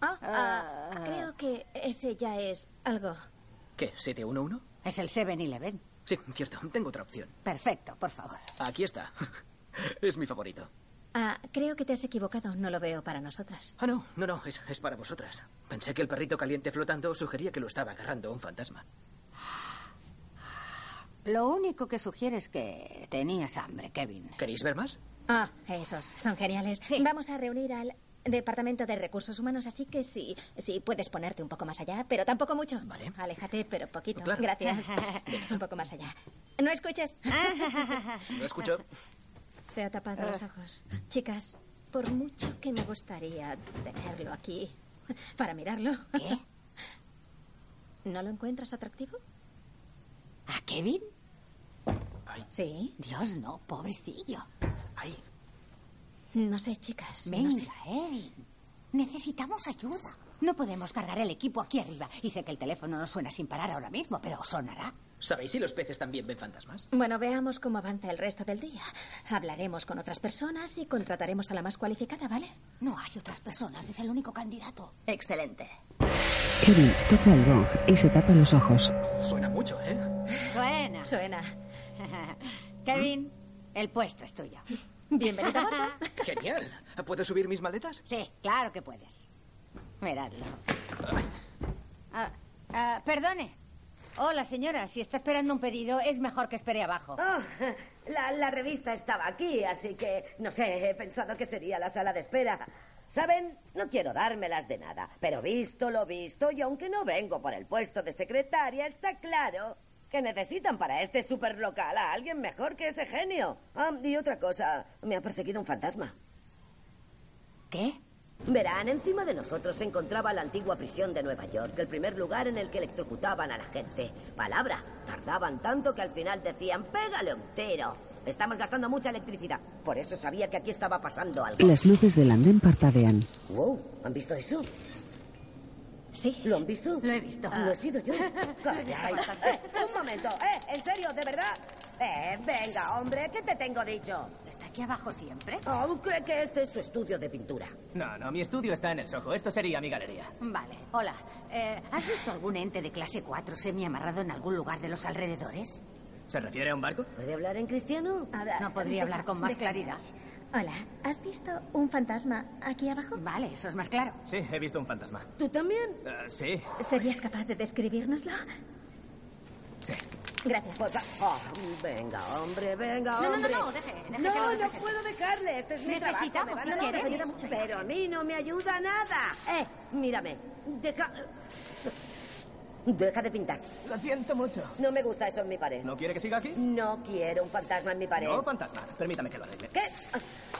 Ah, ah, creo que ese ya es algo. ¿Qué? ¿711? Es el 7-Eleven. Sí, cierto. Tengo otra opción. Perfecto, por favor. Aquí está. [laughs] Es mi favorito. Ah, creo que te has equivocado. No lo veo para nosotras. Ah, no, no, no, es, es para vosotras. Pensé que el perrito caliente flotando sugería que lo estaba agarrando un [laughs] fantasma. Lo único que sugiere es que tenías hambre, Kevin. ¿Queréis ver más? Ah, esos son geniales. Vamos a reunir al Departamento de Recursos Humanos, así que sí, sí puedes ponerte un poco más allá, pero tampoco mucho. Vale. Aléjate, pero poquito. Claro. Gracias. un poco más allá. No escuches. ¿Lo escucho? Se ha tapado los Ah. ojos. Chicas, por mucho que me gustaría tenerlo aquí para mirarlo. ¿Qué? ¿No lo encuentras atractivo? ¿A Kevin? Sí. Dios, Pues no, pobrecillo. No sé, chicas. Venga, no sé. Erin. Necesitamos ayuda. No podemos cargar el equipo aquí arriba. Y sé que el teléfono no suena sin parar ahora mismo, pero sonará. ¿Sabéis si los peces también ven [laughs] fantasmas? Bueno, veamos cómo avanza el resto del día. Hablaremos con otras personas y contrataremos a la más cualificada, ¿vale? No hay otras personas, es el único candidato. Excelente. Kevin toca el gong y se tapa los ojos. Suena mucho, ¿eh? Suena. Suena. [laughs] Kevin, el puesto es tuyo. Bienvenido a Genial. ¿Puedo subir mis maletas? Sí, [laughs] claro que puedes. Miradlo. Ah, ah, perdone. Hola, señora. Si está esperando un pedido, es mejor que espere abajo. Oh, la, la revista estaba aquí, así que, no sé, he pensado que sería la sala de espera. Saben, no quiero dármelas de nada, pero visto lo visto, y aunque no vengo por el puesto de secretaria, está claro que necesitan para este superlocal a alguien mejor que ese genio. Ah, y otra cosa, me ha perseguido un fantasma. ¿Qué? Verán, encima de nosotros se encontraba la antigua prisión de Nueva York, el primer lugar en el que electrocutaban a la gente. Palabra, tardaban tanto que al final decían, pégale un tiro. Estamos gastando mucha electricidad. Por eso sabía que aquí estaba pasando algo. Las luces del andén parpadean. Wow, ¿han visto eso? Sí. ¿Lo han visto? [laughs] Lo he visto. No he sido yo. Caray. bastante. Eh, un momento, eh, en serio, de verdad. Eh, venga, hombre, ¿qué te tengo dicho? ¿Está aquí abajo siempre? ¿Aún cree que este es su estudio de pintura? No, no, mi estudio está en el Soho. Esto sería mi galería. Vale, hola. Eh, ¿Has visto algún ente de clase 4 semi-amarrado en algún lugar de los alrededores? ¿Se refiere a un barco? ¿Puede hablar en cristiano? No podría hablar con más claridad. Hola, ¿has visto un fantasma aquí abajo? Vale, eso es más claro. Sí, he visto un fantasma. ¿Tú también? Eh, sí, ¿Serías capaz de describírnoslo? sí. Gracias. Pues va- oh, venga, hombre, venga, No, no, no, hombre. no, deje, deje No, que lo no deje. puedo dejarle. Este es mi Necesitamos, trabajo. me van a- no, si no, quieres. nos ayuda mucho. Pero a mí no me ayuda nada. Eh, mírame. Deja... Deja de pintar. Lo siento mucho. No me gusta eso en mi pared. ¿No quiere que siga aquí? No quiero un fantasma en mi pared. No, fantasma. Permítame que lo arregle. ¿Qué?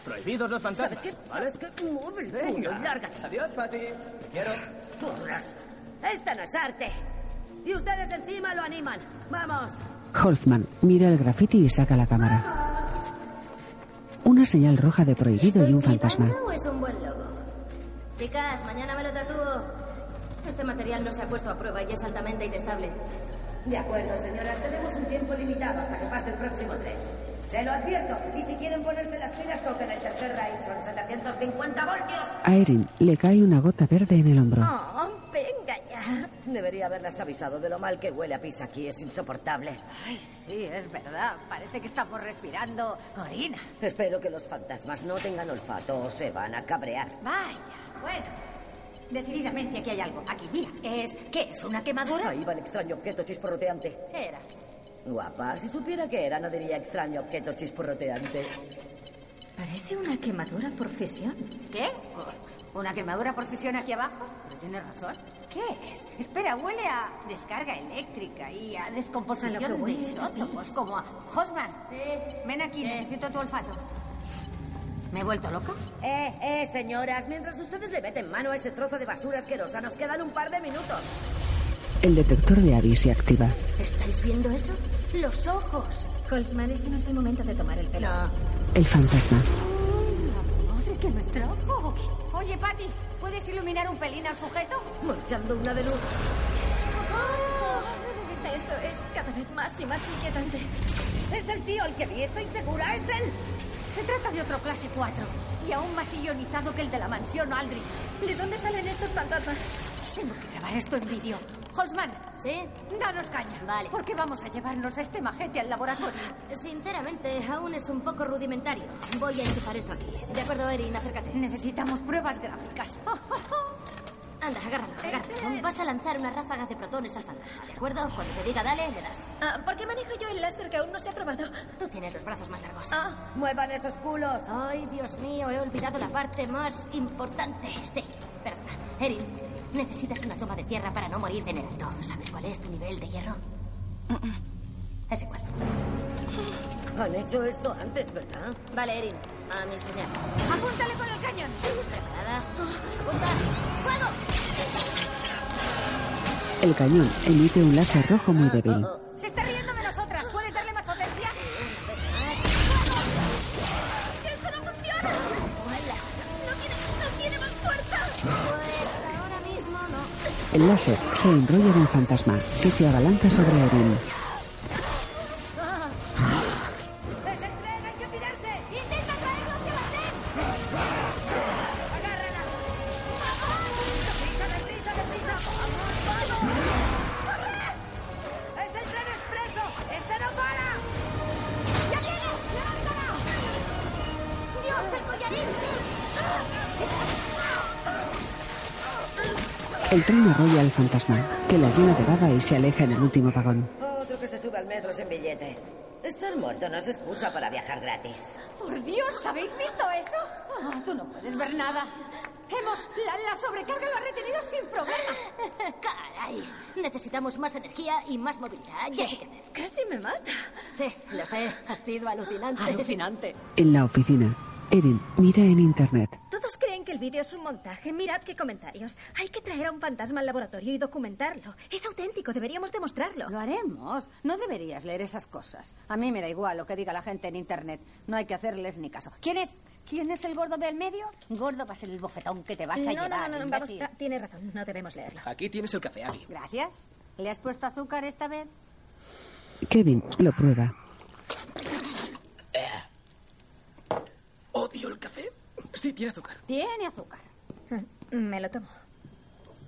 Prohibidos los ¿Sabes fantasmas, qué? ¿vale? ¿Sabes qué? Mueve el culo y Venga. lárgate. Adiós, Patty. Te quiero. Burras. Esta no es arte. Y ustedes encima lo animan. Vamos. Hoffman mira el grafiti y saca la cámara. Una señal roja de prohibido y un fantasma. ¿Banda o es un buen logo? Chicas, mañana me lo tatúo. Este material no se ha puesto a prueba y es altamente inestable. De acuerdo, señoras, tenemos un tiempo limitado hasta que pase el próximo tren. Se lo advierto, y si quieren ponerse las pilas, toquen el tercer rail. Son 750 voltios. A Erin le cae una gota verde en el hombro. Oh, venga ya. Debería haberlas avisado de lo mal que huele a pis aquí. Es insoportable. Ay, sí, es verdad. Parece que estamos respirando orina. Espero que los fantasmas no tengan olfato o se van a cabrear. Vaya, bueno. Decididamente aquí hay algo. Aquí, mira. Es, ¿Qué es? ¿Una quemadura? Ahí va el extraño objeto chisporroteante. ¿Qué era? Guapa, si supiera que era, no diría extraño objeto chisporroteante. Parece una quemadura por fisión. ¿Qué? ¿Una quemadura por fisión aquí abajo? Pero tienes razón. ¿Qué es? Espera, huele a descarga eléctrica y a A lo que descomposición de huele es a isótopos, como a... Hosman, ven aquí, necesito tu olfato. ¿Me he vuelto loca? Eh, eh, señoras, mientras ustedes le meten mano a ese trozo de basura asquerosa, nos quedan un par de minutos. El detector de Abby se activa. ¿Estáis viendo eso? Los ojos. Holzman, este no es el momento de tomar el pelo. El fantasma. ¡La madre que me trajo! Oh, Oye, Patty, ¿puedes iluminar un pelín al sujeto? Marchando una de luz. Oh, Esto es cada vez más y más inquietante. Es el tío el que vi, estoy segura, es él. Se trata de otro clase 4 y aún más ionizado que el de la mansión Aldrich. ¿De dónde salen estos fantasmas? Tengo que grabar esto en vídeo. Holzman. ¿Sí? Danos caña. Vale. Porque vamos a llevarnos a este majete al laboratorio. Sinceramente, aún es un poco rudimentario. Voy a enchufar esto aquí. De acuerdo, Erin, acércate. Necesitamos pruebas gráficas. [laughs] Anda, agárralo, agárralo. Vas a lanzar unas ráfagas de protones al fantasma, ¿de acuerdo? Cuando te diga dale, le das. Ah, ¿Por qué manejo yo el láser que aún no se ha probado? Tú tienes los brazos más largos. Ah, ¡Muevan esos culos! Ay, Dios mío, he olvidado la parte más importante. Sí, perdona. Erin, necesitas una toma de tierra para no morir de en el alto. ¿Sabes cuál es tu nivel de hierro? Es igual. Han hecho esto antes, ¿verdad? Vale, Erin, a mi señal. Apúntale con el cañón. Preparada. Ah. Apunta. ¡Fuego! El cañón emite un láser rojo muy débil. Se está riendo de nosotras. ¿Puedes darle más potencia? ¡Que ¡Eso no funciona! ¡No tiene, no tiene más fuerza! Pues ahora mismo no. El láser se enrolla en el fantasma que se abalanza sobre Erin. ¡Es el tren! ¡Hay que tirarse! ¡Intenta traerlo hacia la tren! ¡Agárrala! ¡Vamos! ¡Deprisa, deprisa, deprisa! ¡Vamos, vamos! ¡Corre! ¡Es el tren expreso! ¡Este no para! ¡Ya viene! ¡Levántala! ¡Dios, el collarín! ¡Ah! El tren arrolla al fantasma que la llena de baba y se aleja en el último vagón. Otro que se sube al metro sin billete. Estar muerto no es excusa para viajar gratis. ¡Por Dios! ¿Habéis visto eso? Ah, tú no puedes ver nada. Hemos... La, la sobrecarga lo ha retenido sin problema. [laughs] ¡Caray! Necesitamos más energía y más movilidad. Ya sé qué hacer. Casi me mata. Sí, lo sé. Ha sido alucinante. Alucinante. En la oficina, Erin mira en internet. Todos creen que el vídeo es un montaje. Mirad qué comentarios. Hay que traer a un fantasma al laboratorio y documentarlo. Es auténtico, deberíamos demostrarlo. Lo haremos. No deberías leer esas cosas. A mí me da igual lo que diga la gente en internet. No hay que hacerles ni caso. ¿Quién es? ¿Quién es el gordo del medio? Gordo va a ser el bofetón que te vas a no, llevar. no, no, no, no, vamos, imbécil. ah, tiene razón, no debemos leerlo. Aquí tienes el café, Abby. Gracias. ¿Le has puesto azúcar esta vez? Kevin lo prueba. Odio el café. Sí, tiene azúcar. Tiene azúcar. Me lo tomo.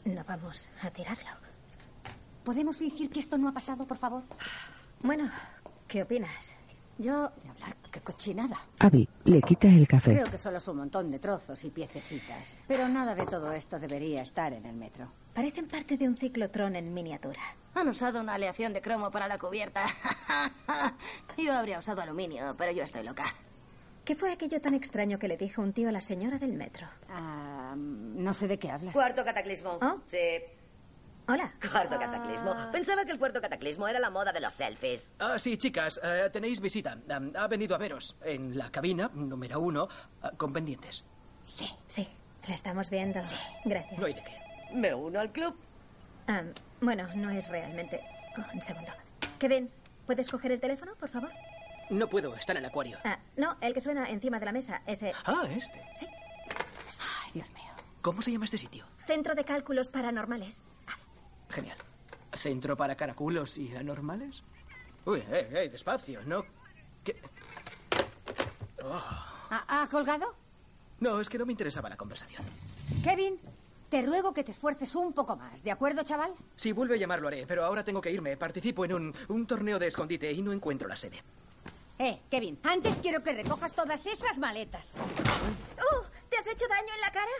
No vamos a tirarlo. ¿Podemos fingir que esto no ha pasado, por favor? Bueno, ¿qué opinas? Yo... De hablar, qué cochinada. Abby le quita el café. Creo que solo es un montón de trozos y piececitas. Pero nada de todo esto debería estar en el metro. Parecen parte de un ciclotrón en miniatura. Han usado una aleación de cromo para la cubierta. [laughs] yo habría usado aluminio, pero yo estoy loca. ¿Qué fue aquello tan extraño que le dijo un tío a la señora del metro? Ah, no sé de qué hablas. Cuarto cataclismo. ¿Ah? Sí. Hola. Cuarto cataclismo. Pensaba que el cuarto cataclismo era la moda de los selfies. Ah, sí, chicas, eh, tenéis visita. Am, ha venido a veros en la cabina número uno ah, con pendientes. Sí. Sí, la estamos viendo. Gracias. No hay de qué. Me uno al club. Ah, bueno, no es realmente. Oh, un segundo. Kevin, ¿puedes coger el teléfono, por favor? No puedo, está en el acuario. Ah, no, el que suena encima de la mesa, ese. Ah, este. Sí. Ay, Dios mío. ¿Cómo se llama este sitio? Centro de Cálculos Paranormales. Genial. ¿Centro para caraculos y anormales? Uy, eh, eh, despacio, ¿no? ¿Qué? Ah, ¿Ha colgado? No, es que no me interesaba la conversación. Kevin, te ruego que te esfuerces un poco más, ¿de acuerdo, chaval? Si vuelve a llamar, lo haré, pero ahora tengo que irme. Participo en un, un torneo de escondite y no encuentro la sede. Eh, Kevin, antes quiero que recojas todas esas maletas. ¡Oh! ¿Te has hecho daño en la cara?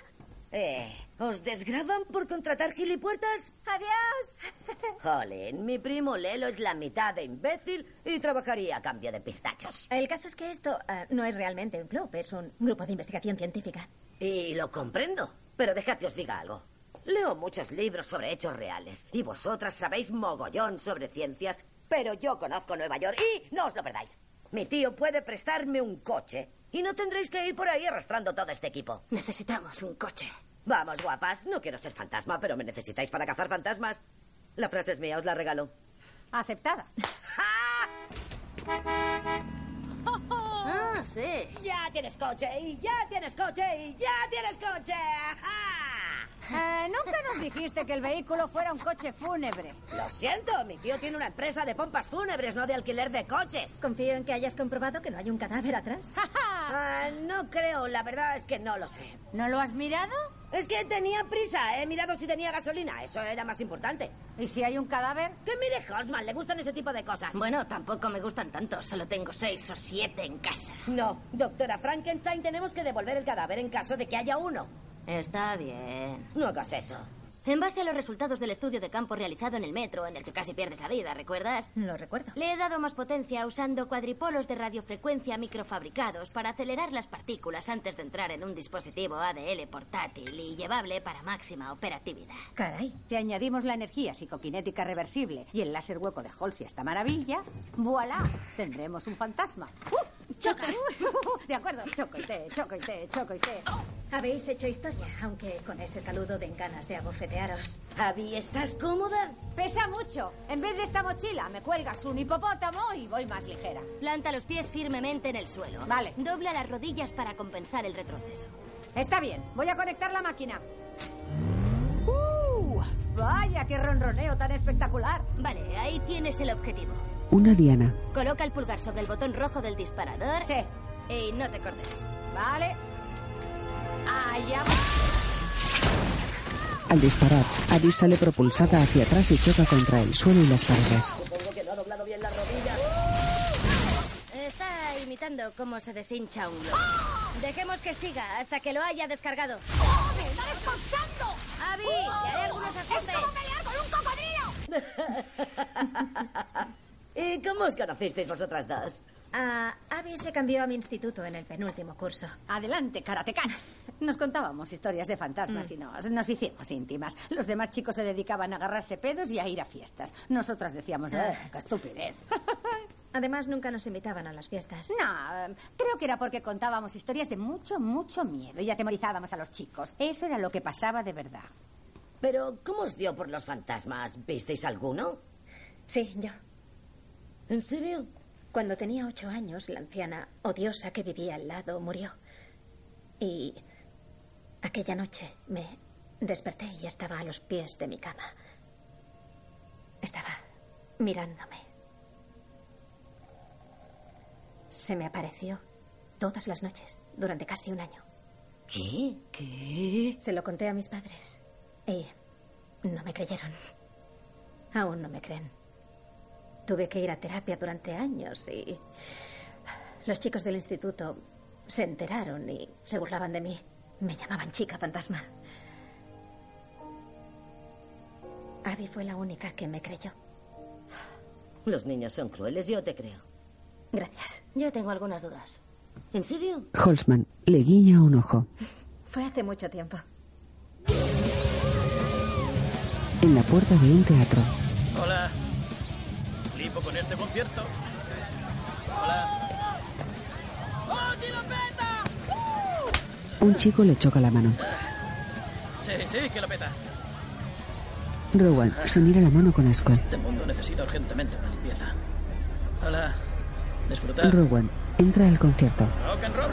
Eh, ¿os desgraban por contratar gilipuertas? Eh. ¡Adiós! Jolín, mi primo Lelo es la mitad de imbécil y trabajaría a cambio de pistachos. El caso es que esto ah, no es realmente un club, es un grupo de investigación científica. Y lo comprendo, pero dejad que os diga algo. Leo muchos libros sobre hechos reales y vosotras sabéis mogollón sobre ciencias, pero yo conozco Nueva York y no os lo perdáis. Mi tío puede prestarme un coche y no tendréis que ir por ahí arrastrando todo este equipo. Necesitamos un coche. Vamos, guapas, no quiero ser fantasma, pero me necesitáis para cazar fantasmas. La frase es mía, os la regalo. [laughs] Aceptada. Ah, sí. Ya tienes coche y ya tienes coche y ya tienes coche. ¡Ajá! Eh, nunca nos dijiste que el vehículo fuera un coche fúnebre. Lo siento, mi tío tiene una empresa de pompas fúnebres, no de alquiler de coches. Confío en que hayas comprobado que no hay un cadáver atrás. [laughs] Ah, no creo, la verdad es que no lo sé. ¿No lo has mirado? Es que tenía prisa, he mirado si tenía gasolina, eso era más importante. ¿Y si hay un cadáver? Que mire Holzman, le gustan ese tipo de cosas. Bueno, tampoco me gustan tanto, solo tengo seis o siete en casa. No, doctora Frankenstein, tenemos que devolver el cadáver en caso de que haya uno. Está bien. No hagas eso. En base a los resultados del estudio de campo realizado en el metro, en el que casi pierdes la vida, ¿recuerdas? Lo recuerdo. Le he dado más potencia usando cuadripolos de radiofrecuencia microfabricados para acelerar las partículas antes de entrar en un dispositivo ADL portátil y llevable para máxima operatividad. Caray. Si añadimos la energía psicoquinética reversible y el láser hueco de Halsey a esta maravilla, ¡voilà! Tendremos un fantasma. ¡Uh! ¡Choca! [laughs] De acuerdo, choco y té, choco y té, choco y té. Habéis hecho historia, aunque con ese saludo den ganas de abofetearos. Abby, ¿estás cómoda? Pesa mucho. En vez de esta mochila, me cuelgas un hipopótamo y voy más ligera. Planta los pies firmemente en el suelo. Vale. Dobla las rodillas para compensar el retroceso. Está bien, voy a conectar la máquina. ¡Uh! ¡Vaya, qué ronroneo tan espectacular! Vale, ahí tienes el objetivo. Una diana. Coloca el pulgar sobre el botón rojo del disparador. Sí. Y no te cortes. Vale. Allá va. Al disparar, Addie sale propulsada hacia atrás y choca contra el suelo y las paredes. Supongo que no ha doblado bien las rodillas. Está imitando cómo se deshincha un globo. Dejemos que siga hasta que lo haya descargado. ¡Me está descorchando! ¡Abby! ¡Le ¡Uh! haré algunos ajustes! ¡Es como pelear con un cocodrilo! ¿Y cómo os conocisteis vosotras dos? Ah, Abby se cambió a mi instituto en el penúltimo curso. Adelante, karatecán. Nos contábamos historias de Mm. fantasmas y nos, nos hicimos íntimas. Los demás chicos se dedicaban a agarrarse pedos y a ir a fiestas. Nosotras decíamos, "Eh, qué estupidez! Ah. [laughs] Además, nunca nos invitaban a las fiestas. No, em, creo que era porque contábamos historias de mucho, mucho miedo y atemorizábamos a los chicos. Eso era lo que pasaba de verdad. Pero, ¿cómo os dio por los fantasmas? ¿Visteis alguno? Sí, yo. ¿En serio? Cuando tenía ocho años, la anciana odiosa que vivía al lado murió. Y aquella noche me desperté y estaba a los pies de mi cama. Estaba mirándome. Se me apareció todas las noches durante casi un año. ¿Qué? ¿Qué? Se lo conté a mis padres y no me creyeron. Aún no me creen. Tuve que ir a terapia durante años y los chicos del instituto se enteraron y se burlaban de mí. Me llamaban chica fantasma. Abby fue la única que me creyó. Los niños son crueles, yo te creo. Gracias. Yo tengo algunas dudas. ¿En serio? Holzman le guiña un ojo. Fue hace mucho tiempo. En la puerta de un teatro, Hola. Flipo con este concierto. Hola. un chico le choca la mano. Sí, sí, que lo peta. Rowan se mira la mano con asco. Este mundo necesita urgentemente una limpieza. Hola. Disfrutar. Rowan entra al concierto. Rock and roll.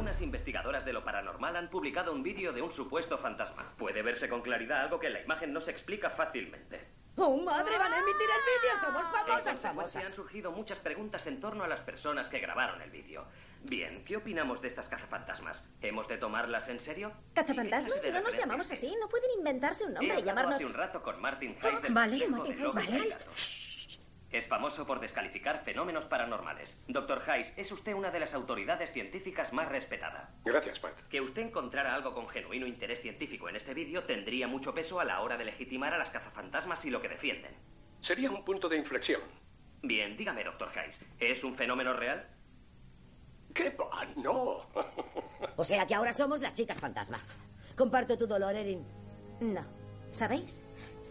Unas investigadoras de lo paranormal han publicado un vídeo de un supuesto fantasma. Puede verse con claridad algo que en la imagen no se explica fácilmente. ¡Oh, madre! ¡Van a emitir el ¡Ah! vídeo! ¡Somos En famosas, consecuencia, han famosas! surgido muchas preguntas en torno a las personas que grabaron el vídeo. Bien, ¿qué opinamos de estas cazafantasmas? ¿Hemos de tomarlas en serio? ¿Cazafantasmas? No nos llamamos así. No pueden inventarse un nombre He y hablado llamarnos. hace un rato con Martin Hayes. del Vale, Consejo Martin de Hayes, Lobos vale. Gatos. Es famoso por descalificar fenómenos paranormales. Doctor Hayes, es usted una de las autoridades científicas más respetada. Gracias, Pat. Que usted encontrara algo con genuino interés científico en este vídeo tendría mucho peso a la hora de legitimar a las cazafantasmas y lo que defienden. Sería un punto de inflexión. Bien, dígame, doctor Hayes, ¿es un fenómeno real? ¡Qué va! ¡No! [laughs] O sea que ahora somos las chicas fantasma. Comparto tu dolor, Erin. No. ¿Sabéis?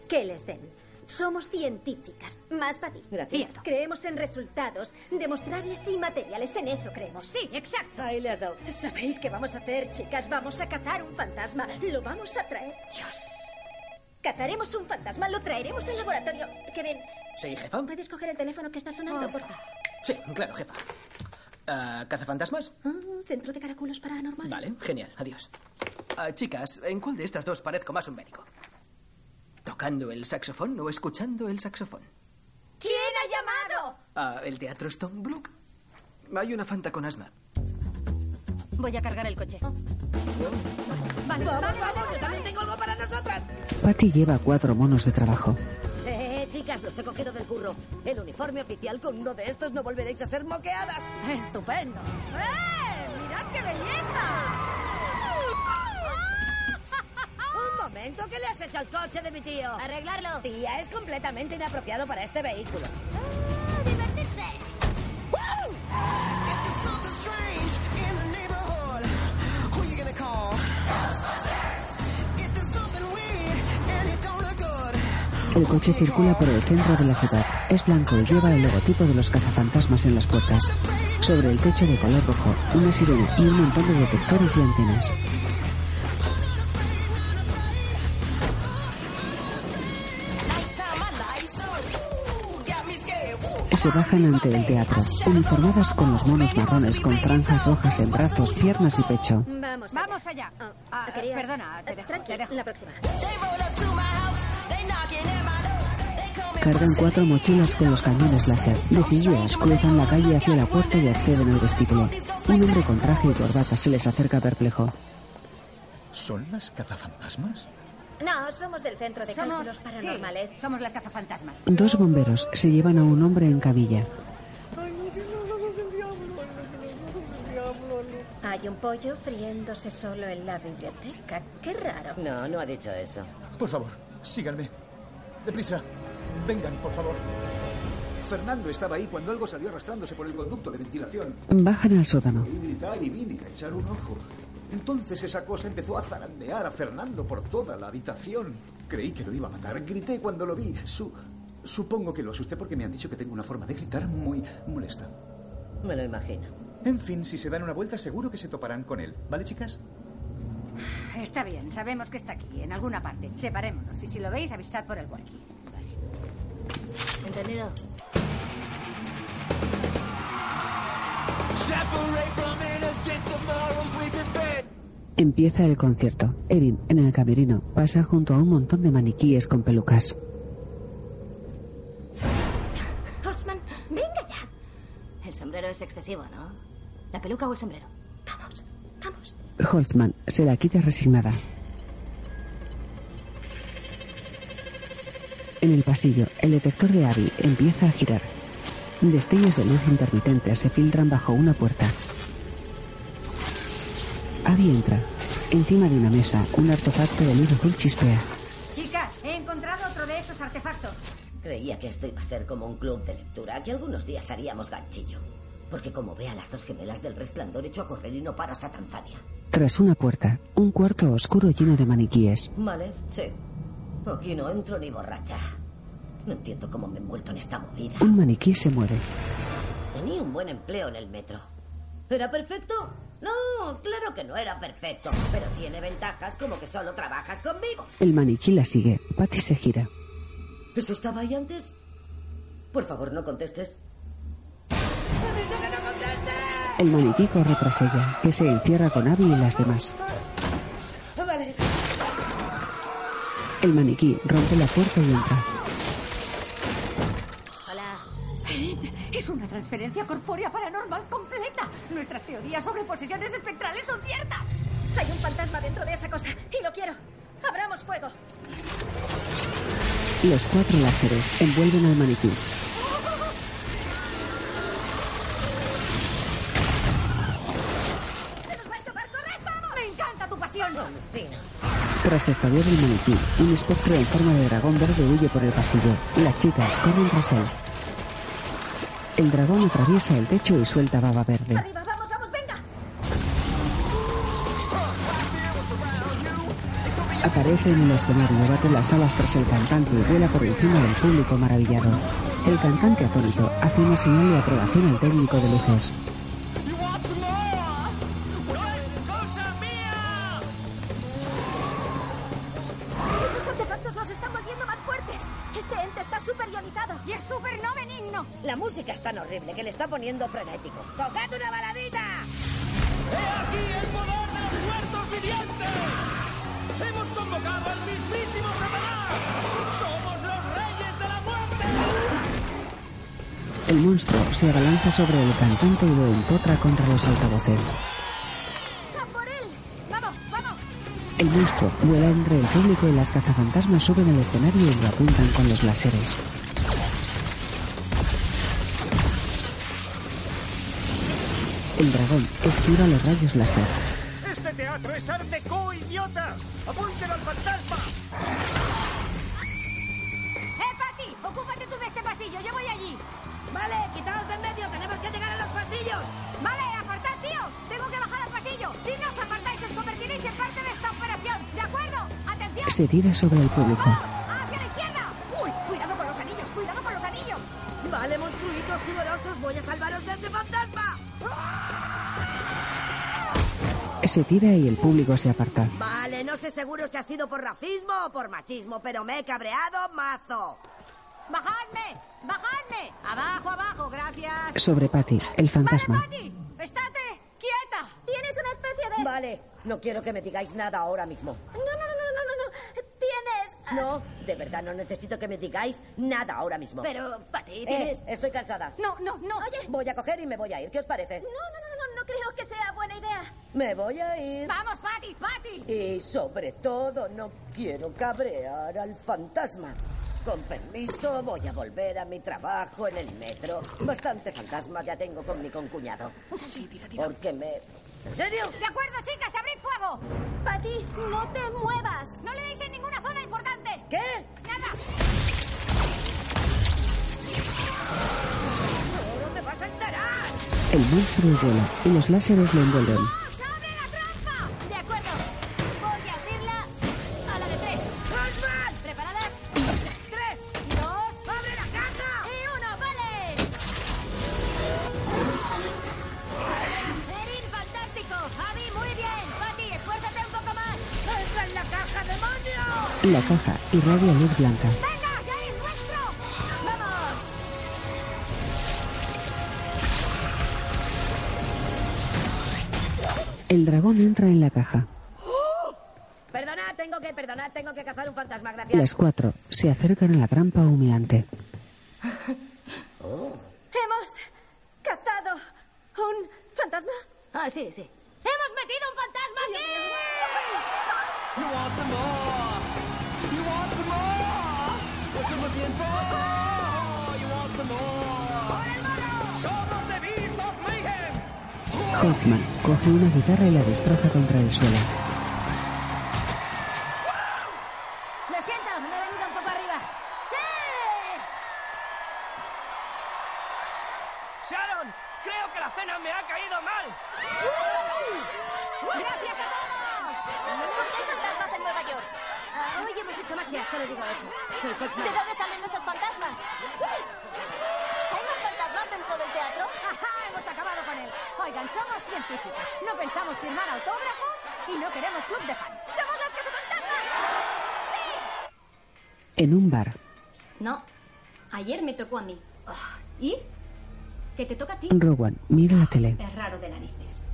Que les den. Somos científicas, más para ti. Gracias. Cierto. Creemos en resultados demostrables y materiales. En eso creemos. Sí, exacto. Ahí le has dado. ¿Sabéis qué vamos a hacer, chicas? Vamos a cazar un fantasma. Lo vamos a traer. Dios. Cazaremos un fantasma, lo traeremos al laboratorio. Kevin, Sí, jefa. ¿puedes coger el teléfono que está sonando, por favor? Sí, claro, jefa. Ah, ¿Cazafantasmas? Centro de Caracoles Paranormales. Vale, genial, adiós. Ah, chicas, ¿en cuál de estas dos parezco más un médico? ¿Tocando el saxofón o escuchando el saxofón? ¿Quién ha llamado? Ah, ¿El teatro Stone Brook? Hay una fanta con asma. Voy a cargar el coche. Vale, vamos, vamos, yo también tengo algo para nosotras. Patty lleva cuatro monos de trabajo. Eh, chicas, los he cogido del curro. El uniforme oficial con uno de estos no volveréis a ser moqueadas. Estupendo. ¡Eh! ¡Mirad qué belleza! [laughs] Un momento, ¿qué le has hecho al coche de mi tío? Arreglarlo. Tía, es completamente inapropiado para este vehículo. ¡Ah! El coche circula por el centro de la ciudad. Es blanco y lleva el logotipo de los cazafantasmas en las puertas. Sobre el techo de color rojo, una sirena y un montón de detectores y antenas. Se bajan ante el teatro, uniformadas con los monos marrones con franjas rojas en brazos, piernas y pecho. Vamos, vamos allá. Ah, ah, Perdona, Eh, te dejo, te dejo. La próxima. Cargan cuatro mochilas con los cañones láser. Decididas, cruzan la calle hacia la puerta y acceden al vestíbulo. Un hombre con traje y corbata se les acerca perplejo. ¿Son las cazafantasmas? No, somos del centro de Somos- cálculos paranormales. Somos las cazafantasmas. Dos bomberos se llevan a un hombre en camilla. Hay un pollo friéndose solo en la biblioteca. Qué raro. No, no ha dicho eso. Por favor, síganme. Deprisa. Vengan, por favor. Fernando estaba ahí cuando algo salió arrastrándose por el conducto de ventilación. Bajan al sótano. Oí gritar y vine a echar un ojo. Entonces esa cosa empezó a zarandear a Fernando por toda la habitación. Creí que lo iba a matar. Grité cuando lo vi. Su- Supongo que lo asusté porque me han dicho que tengo una forma de gritar muy molesta. Me lo imagino. En fin, si se dan una vuelta, seguro que se toparán con él. ¿Vale, chicas? Está bien, sabemos que está aquí, en alguna parte. Separémonos y si lo veis, avisad por el walkie. ¿Entendido? Empieza el concierto. Erin, en el camerino, pasa junto a un montón de maniquíes con pelucas. Horseman, venga ya. El sombrero es excesivo, ¿no? ¿La peluca o el sombrero? Vamos, vamos. Holtzman se la quita resignada. En el pasillo, el detector de Abby empieza a girar. Destellos de luz intermitente se filtran bajo una puerta. Abby entra. Encima de una mesa, un artefacto de luz azul chispea. Chicas, he encontrado otro de esos artefactos. Creía que esto iba a ser como un club de lectura, que algunos días haríamos ganchillo. Porque como ve a las dos gemelas del resplandor hecho a correr y no paro hasta Tanzania. Tras una puerta, un cuarto oscuro lleno de maniquíes. Vale, sí. Aquí no entro ni borracha. No entiendo cómo me he envuelto en esta movida. Un maniquí se mueve. Tenía un buen empleo en el metro. ¿Era perfecto? No, claro que no era perfecto. Pero tiene ventajas como que solo trabajas conmigo. El maniquí la sigue. Patty se gira. ¿Eso estaba ahí antes? Por favor, no contestes. ¡He dicho que no contestes! El maniquí corre tras ella, que se encierra con Abby y las demás. Vale. El maniquí rompe la puerta y entra. Hola. Es una transferencia corpórea paranormal completa. Nuestras teorías sobre posesiones espectrales son ciertas. Hay un fantasma ¡Eh, dentro de esa cosa y lo quiero. Abramos fuego. Los cuatro láseres envuelven al maniquí. Me encanta tu pasión. Tras estallar el maniquí, un espectro en forma de dragón verde huye por el pasillo. Las chicas corren tras él. El dragón atraviesa el techo y suelta baba verde. Arriba, vamos, vamos, venga. Aparece en el escenario, bate las alas tras el cantante y vuela por encima del público maravillado. El cantante atónito hace una señal de aprobación al técnico de luces. Esos artefactos los están volviendo más fuertes. Este ente está súper ionizado y es súper no benigno. La música es tan horrible que le está poniendo frenético. ¡Tocad una baladita! ¡He aquí el poder de los muertos vivientes! El monstruo se abalanza sobre el cantante y lo empotra contra los altavoces. El monstruo vuela entre el público y las cazafantasmas suben al escenario y lo apuntan con los láseres. El dragón esquiva los rayos láser. Este teatro es arte co-idiotas. ¡Apúntelo al fantasma! ¡Eh, Patty! ¡Ocúpate tú de este pasillo! ¡Yo voy allí! Vale, quitaos de en medio. Tenemos que llegar a los pasillos. Vale, apartad, tíos. Tengo que bajar al pasillo. Si no os apartáis, os convertiréis en parte de esta operación. ¿De acuerdo? Ah, ¡Atención! Se tira sobre el Oh, público. ¡Hacia la izquierda! ¡Oh! ¡Uy! ¡Cuidado con los anillos! ¡Cuidado con los anillos! Vale, monstruitos sudorosos. Voy a salvaros de este fantasma. Se tira y el público se aparta. Vale, no sé seguro si ha sido por racismo o por machismo, pero me he cabreado mazo. ¡Bajadme! ¡Bajadme! ¡Abajo, abajo! ¡Gracias! Sobre Patty, el fantasma. ¡Patty! ¡Estate! ¡Quieta! Tienes una especie de... Vale, no quiero que me digáis nada ahora mismo. No, no, no, no, no, no, no. Tienes... No, de verdad no necesito que me digáis nada ahora mismo. Pero, Patty, Eh, tienes... estoy cansada. No, no, no. Oye. Voy a coger y me voy a ir. ¿Qué os parece? No, no, no, no, no, no creo que sea buena idea. Me voy a ir. ¡Vamos, Patty! ¡Patty! Y sobre todo, no quiero cabrear al fantasma. Con permiso, voy a volver a mi trabajo en el metro. Bastante fantasma ya tengo con mi concuñado. Sí, tira, Porque me... ¿En serio? ¡De acuerdo, chicas! ¡Abrid fuego! Patty, no te muevas. ¡No le deis en ninguna zona importante! ¿Qué? ¡Nada! ¡No te vas a enterar! El monstruo vuela y los láseres lo envuelven. ¡Vamos, abre la trampa! De acuerdo. Voy a abrirla a la de tres. ¡Osman! ¿Preparadas? ¡Tres! Dos ¡Abre la caja! y uno. ¡Vale! Erin, fantástico. Javi, muy bien. Patty, esfuérzate un poco más. ¡Entra en la caja, demonio! La caja irradia luz blanca. ¡Venga, ya es nuestro! ¡Vamos! El dragón entra en la caja. ¡Oh! Perdonad, tengo que, perdonad, tengo que cazar un fantasma, gracias. Las cuatro se acercan a la trampa humeante. Hemos cazado un fantasma. Ah, sí, sí. ¡Hemos metido un fantasma aquí! You want some more? You want some more? Pues What you looking for? You want some more? Somos the Beast of Mayhem. Hoffman coge una guitarra y la destroza contra el suelo. Lo siento, me he venido un poco arriba. ¡Sí! Sharon, creo que la cena me ha caído mal. ¡Gracias a todos! ¿Por qué hay fantasmas en Nueva York? Ah, hoy hemos hecho magia, solo digo eso. Soy Coachman. ¿De dónde salen esos fantasmas? ¿Hay más fantasmas dentro del teatro? ¡Ajá! Hemos acabado con él. Oigan, somos científicas. No pensamos firmar autógrafos y no queremos club de fans. ¡Somos las cazafantasmas! ¡Sí! En un bar, No, ayer me tocó a mí. Ah, ¿Y? ¿Que te toca a ti? Rowan mira la tele. Es raro de narices.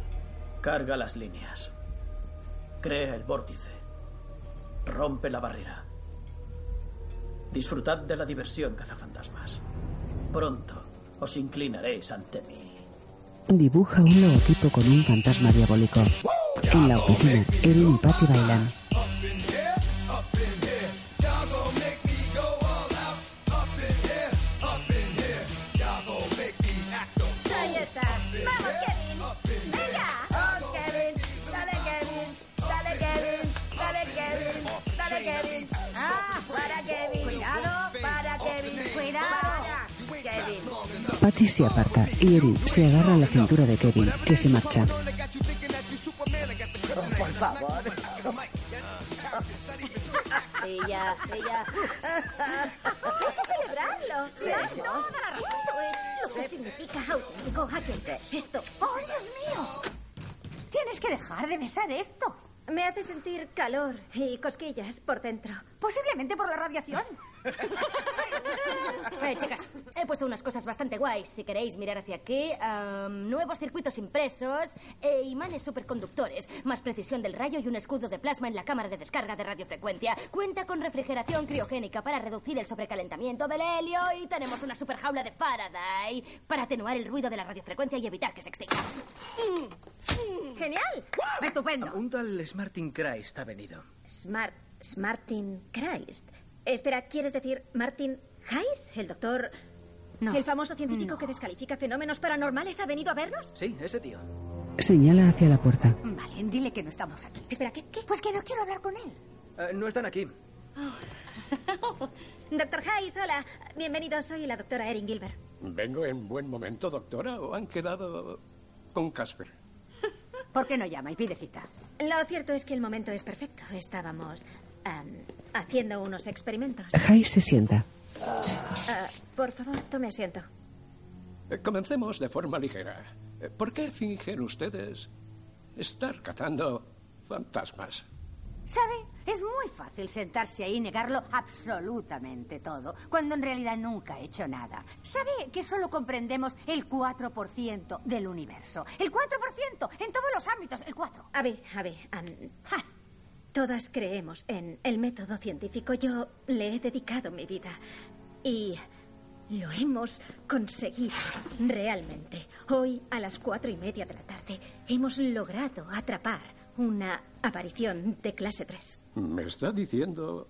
Carga las líneas. Crea el vórtice. Rompe la barrera. Disfrutad de la diversión, cazafantasmas. Pronto os inclinaréis ante mí. Dibuja un logotipo con un fantasma diabólico. En la oficina, Erin y Patty bailan. ¡Ahí está! ¡Vamos, Kevin! ¡Venga! ¡Oh, Kevin! ¡Dale, Kevin! ¡Dale, Kevin! ¡Dale, Kevin! ¡Dale, Kevin! ¡Ah! ¡Para, Kevin! ¡Cuidado! ¡Para, Kevin! Cuidado. ¡Para, Kevin! Patty se aparta y Erin se agarra a la cintura de Kevin, que se marcha. Oh, por favor. Sí, ya, sí, ya. Hay que celebrarlo. Claro. Esto es lo que significa auténtico hackerse. Esto. ¡Oh, Dios mío! Tienes que dejar de besar esto. Me hace sentir calor y cosquillas por dentro. Posiblemente por la radiación. Eh, chicas, he puesto unas cosas bastante guays. Si queréis mirar hacia aquí, am, nuevos circuitos impresos e imanes superconductores, más precisión del rayo y un escudo de plasma en la cámara de descarga de radiofrecuencia. Cuenta con refrigeración criogénica para reducir el sobrecalentamiento del helio y tenemos una superjaula de Faraday para atenuar el ruido de la radiofrecuencia y evitar que se extinga. Mm. ¡Genial! ¡Estupendo! Un tal Smartin Christ ha venido. Smart. Martin Christ. Espera, ¿quieres decir Martin Hayes? ¿El doctor. ¿El famoso científico que descalifica fenómenos paranormales ha venido a vernos? Sí, ese tío. Señala hacia la puerta. Vale, dile que no estamos aquí. Espera, ¿qué? qué? Pues que no quiero hablar con él. Eh, no están aquí. Doctor Hayes, hola. Bienvenido, soy la doctora Erin Gilbert. ¿Vengo en buen momento, doctora? ¿O han quedado con Casper? ¿Por qué no llama y pide cita? Lo cierto es que el momento es perfecto. Estábamos am, haciendo unos experimentos. Hayes se sienta. Ah, por favor, tome asiento. Eh, Comencemos de forma ligera. Eh, ¿Por qué fingen ustedes estar cazando fantasmas? ¿Sabe? Es muy fácil sentarse ahí y negarlo absolutamente todo, cuando en realidad nunca he hecho nada. ¿Sabe que solo comprendemos el 4% del universo? El 4% en todos los ámbitos, el 4. A ver, a ver. am, Todas creemos en el método científico. Yo le he dedicado mi vida. Y lo hemos conseguido, realmente. Hoy, a las cuatro y media de la tarde, hemos logrado atrapar una aparición de clase 3. ¿Me está diciendo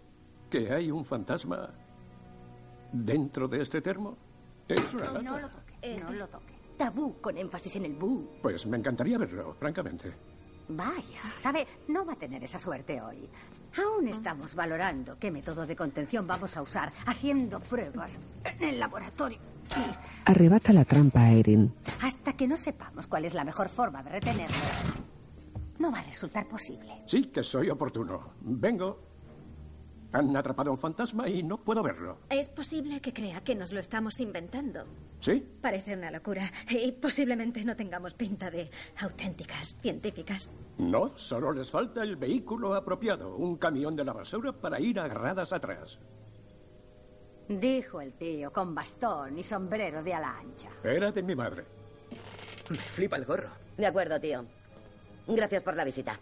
que hay un fantasma dentro de este termo? Es una lata. lo toque. No lo toque. Eh, Tabú con énfasis en el bu. Pues me encantaría verlo, francamente. Vaya, ¿sabe? No va a tener esa suerte hoy. Aún estamos valorando qué método de contención vamos a usar, haciendo pruebas en el laboratorio. Arrebata la trampa a Erin. Hasta que no sepamos cuál es la mejor forma de retenerlos, no va a resultar posible. Sí que soy oportuno. Vengo. Han atrapado a un fantasma y no puedo verlo. Es posible que crea que nos lo estamos inventando. ¿Sí? Parece una locura y posiblemente no tengamos pinta de auténticas científicas. No, solo les falta el vehículo apropiado, un camión de la basura para ir agarradas atrás. Dijo el tío con bastón y sombrero de ala ancha. Era de mi madre. Me flipa el gorro. De acuerdo, tío. Gracias por la visita.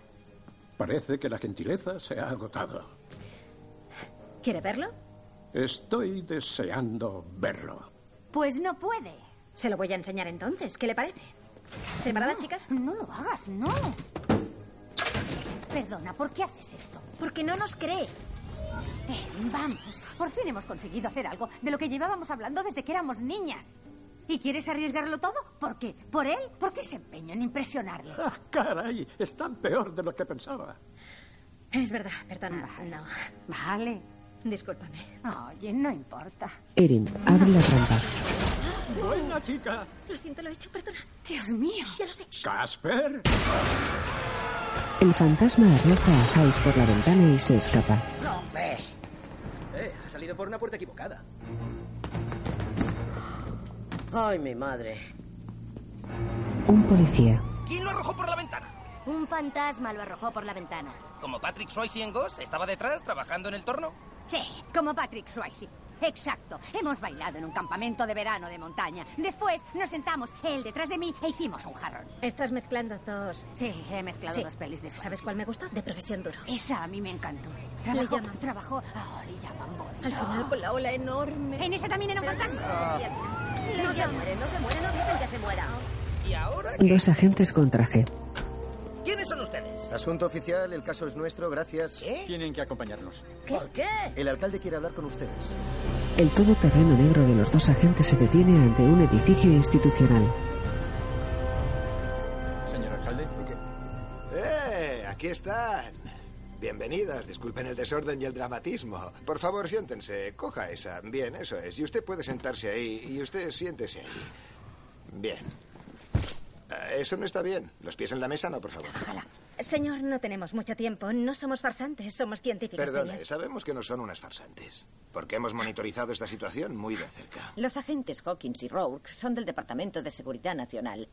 Parece que la gentileza se ha agotado. ¿Quiere verlo? Estoy deseando verlo. Pues no puede. Se lo voy a enseñar entonces. ¿Qué le parece? ¿Preparadas, chicas? No lo hagas, no. Perdona, ¿por qué haces esto? Porque no nos cree. Ven, Eh, vamos. Por fin hemos conseguido hacer algo de lo que llevábamos hablando desde que éramos niñas. ¿Y quieres arriesgarlo todo? ¿Por qué? ¿Por él? ¿Por qué se empeña en impresionarle? ¡Ah, caray! Es tan peor de lo que pensaba. Es verdad, perdona. No. Ah, Vale. Discúlpame. Oye, no importa. Erin abre la trampa. ¡Buena chica! Lo siento, lo he hecho, perdona. Dios mío. Ya lo sé. ¡Casper! El fantasma arroja a Hayes por la ventana y se escapa. ¡Hombre! Eh, ha salido por una puerta equivocada. Ay, mi madre. Un policía. ¿Quién lo arrojó por la ventana? Un fantasma lo arrojó por la ventana. ¿Como Patrick Swayze en Ghost? ¿Estaba detrás trabajando en el torno? Sí, como Patrick Swayze. Exacto. Hemos bailado en un campamento de verano de montaña. Después nos sentamos, él detrás de mí, e hicimos un jarrón. Estás mezclando dos. Sí, he mezclado Sí. dos pelis de ¿Sabes Swayze. cuál me gustó? De profesión duro. Esa a mí me encantó. Le Trabajó, llaman. trabajó. Ahora le llaman Body. Al final con la ola enorme. En esa también era un fantasma. No se muere, no se muere, no dicen que se muera. ¿Y ahora? Dos agentes con traje. ¿Quiénes son ustedes? Asunto oficial, el caso es nuestro, gracias. Tienen que acompañarnos. ¿Por qué? El alcalde quiere hablar con ustedes. El todoterreno negro de los dos agentes se detiene ante un edificio institucional. Señor alcalde. ¡Eh! Aquí están. Bienvenidas. Disculpen el desorden y el dramatismo. Por favor, siéntense. Coja esa. Bien, eso es. Y usted puede sentarse ahí. Y usted siéntese ahí. Bien. Ah, Eso no está bien. Los pies en la mesa, no, por favor. Señor, no tenemos mucho tiempo. No somos farsantes, somos científicos Perdone, serias. sabemos que no son unas farsantes. Porque hemos monitorizado esta situación muy de cerca. Los agentes Hawkins y Rourke son del Departamento de Seguridad Nacional.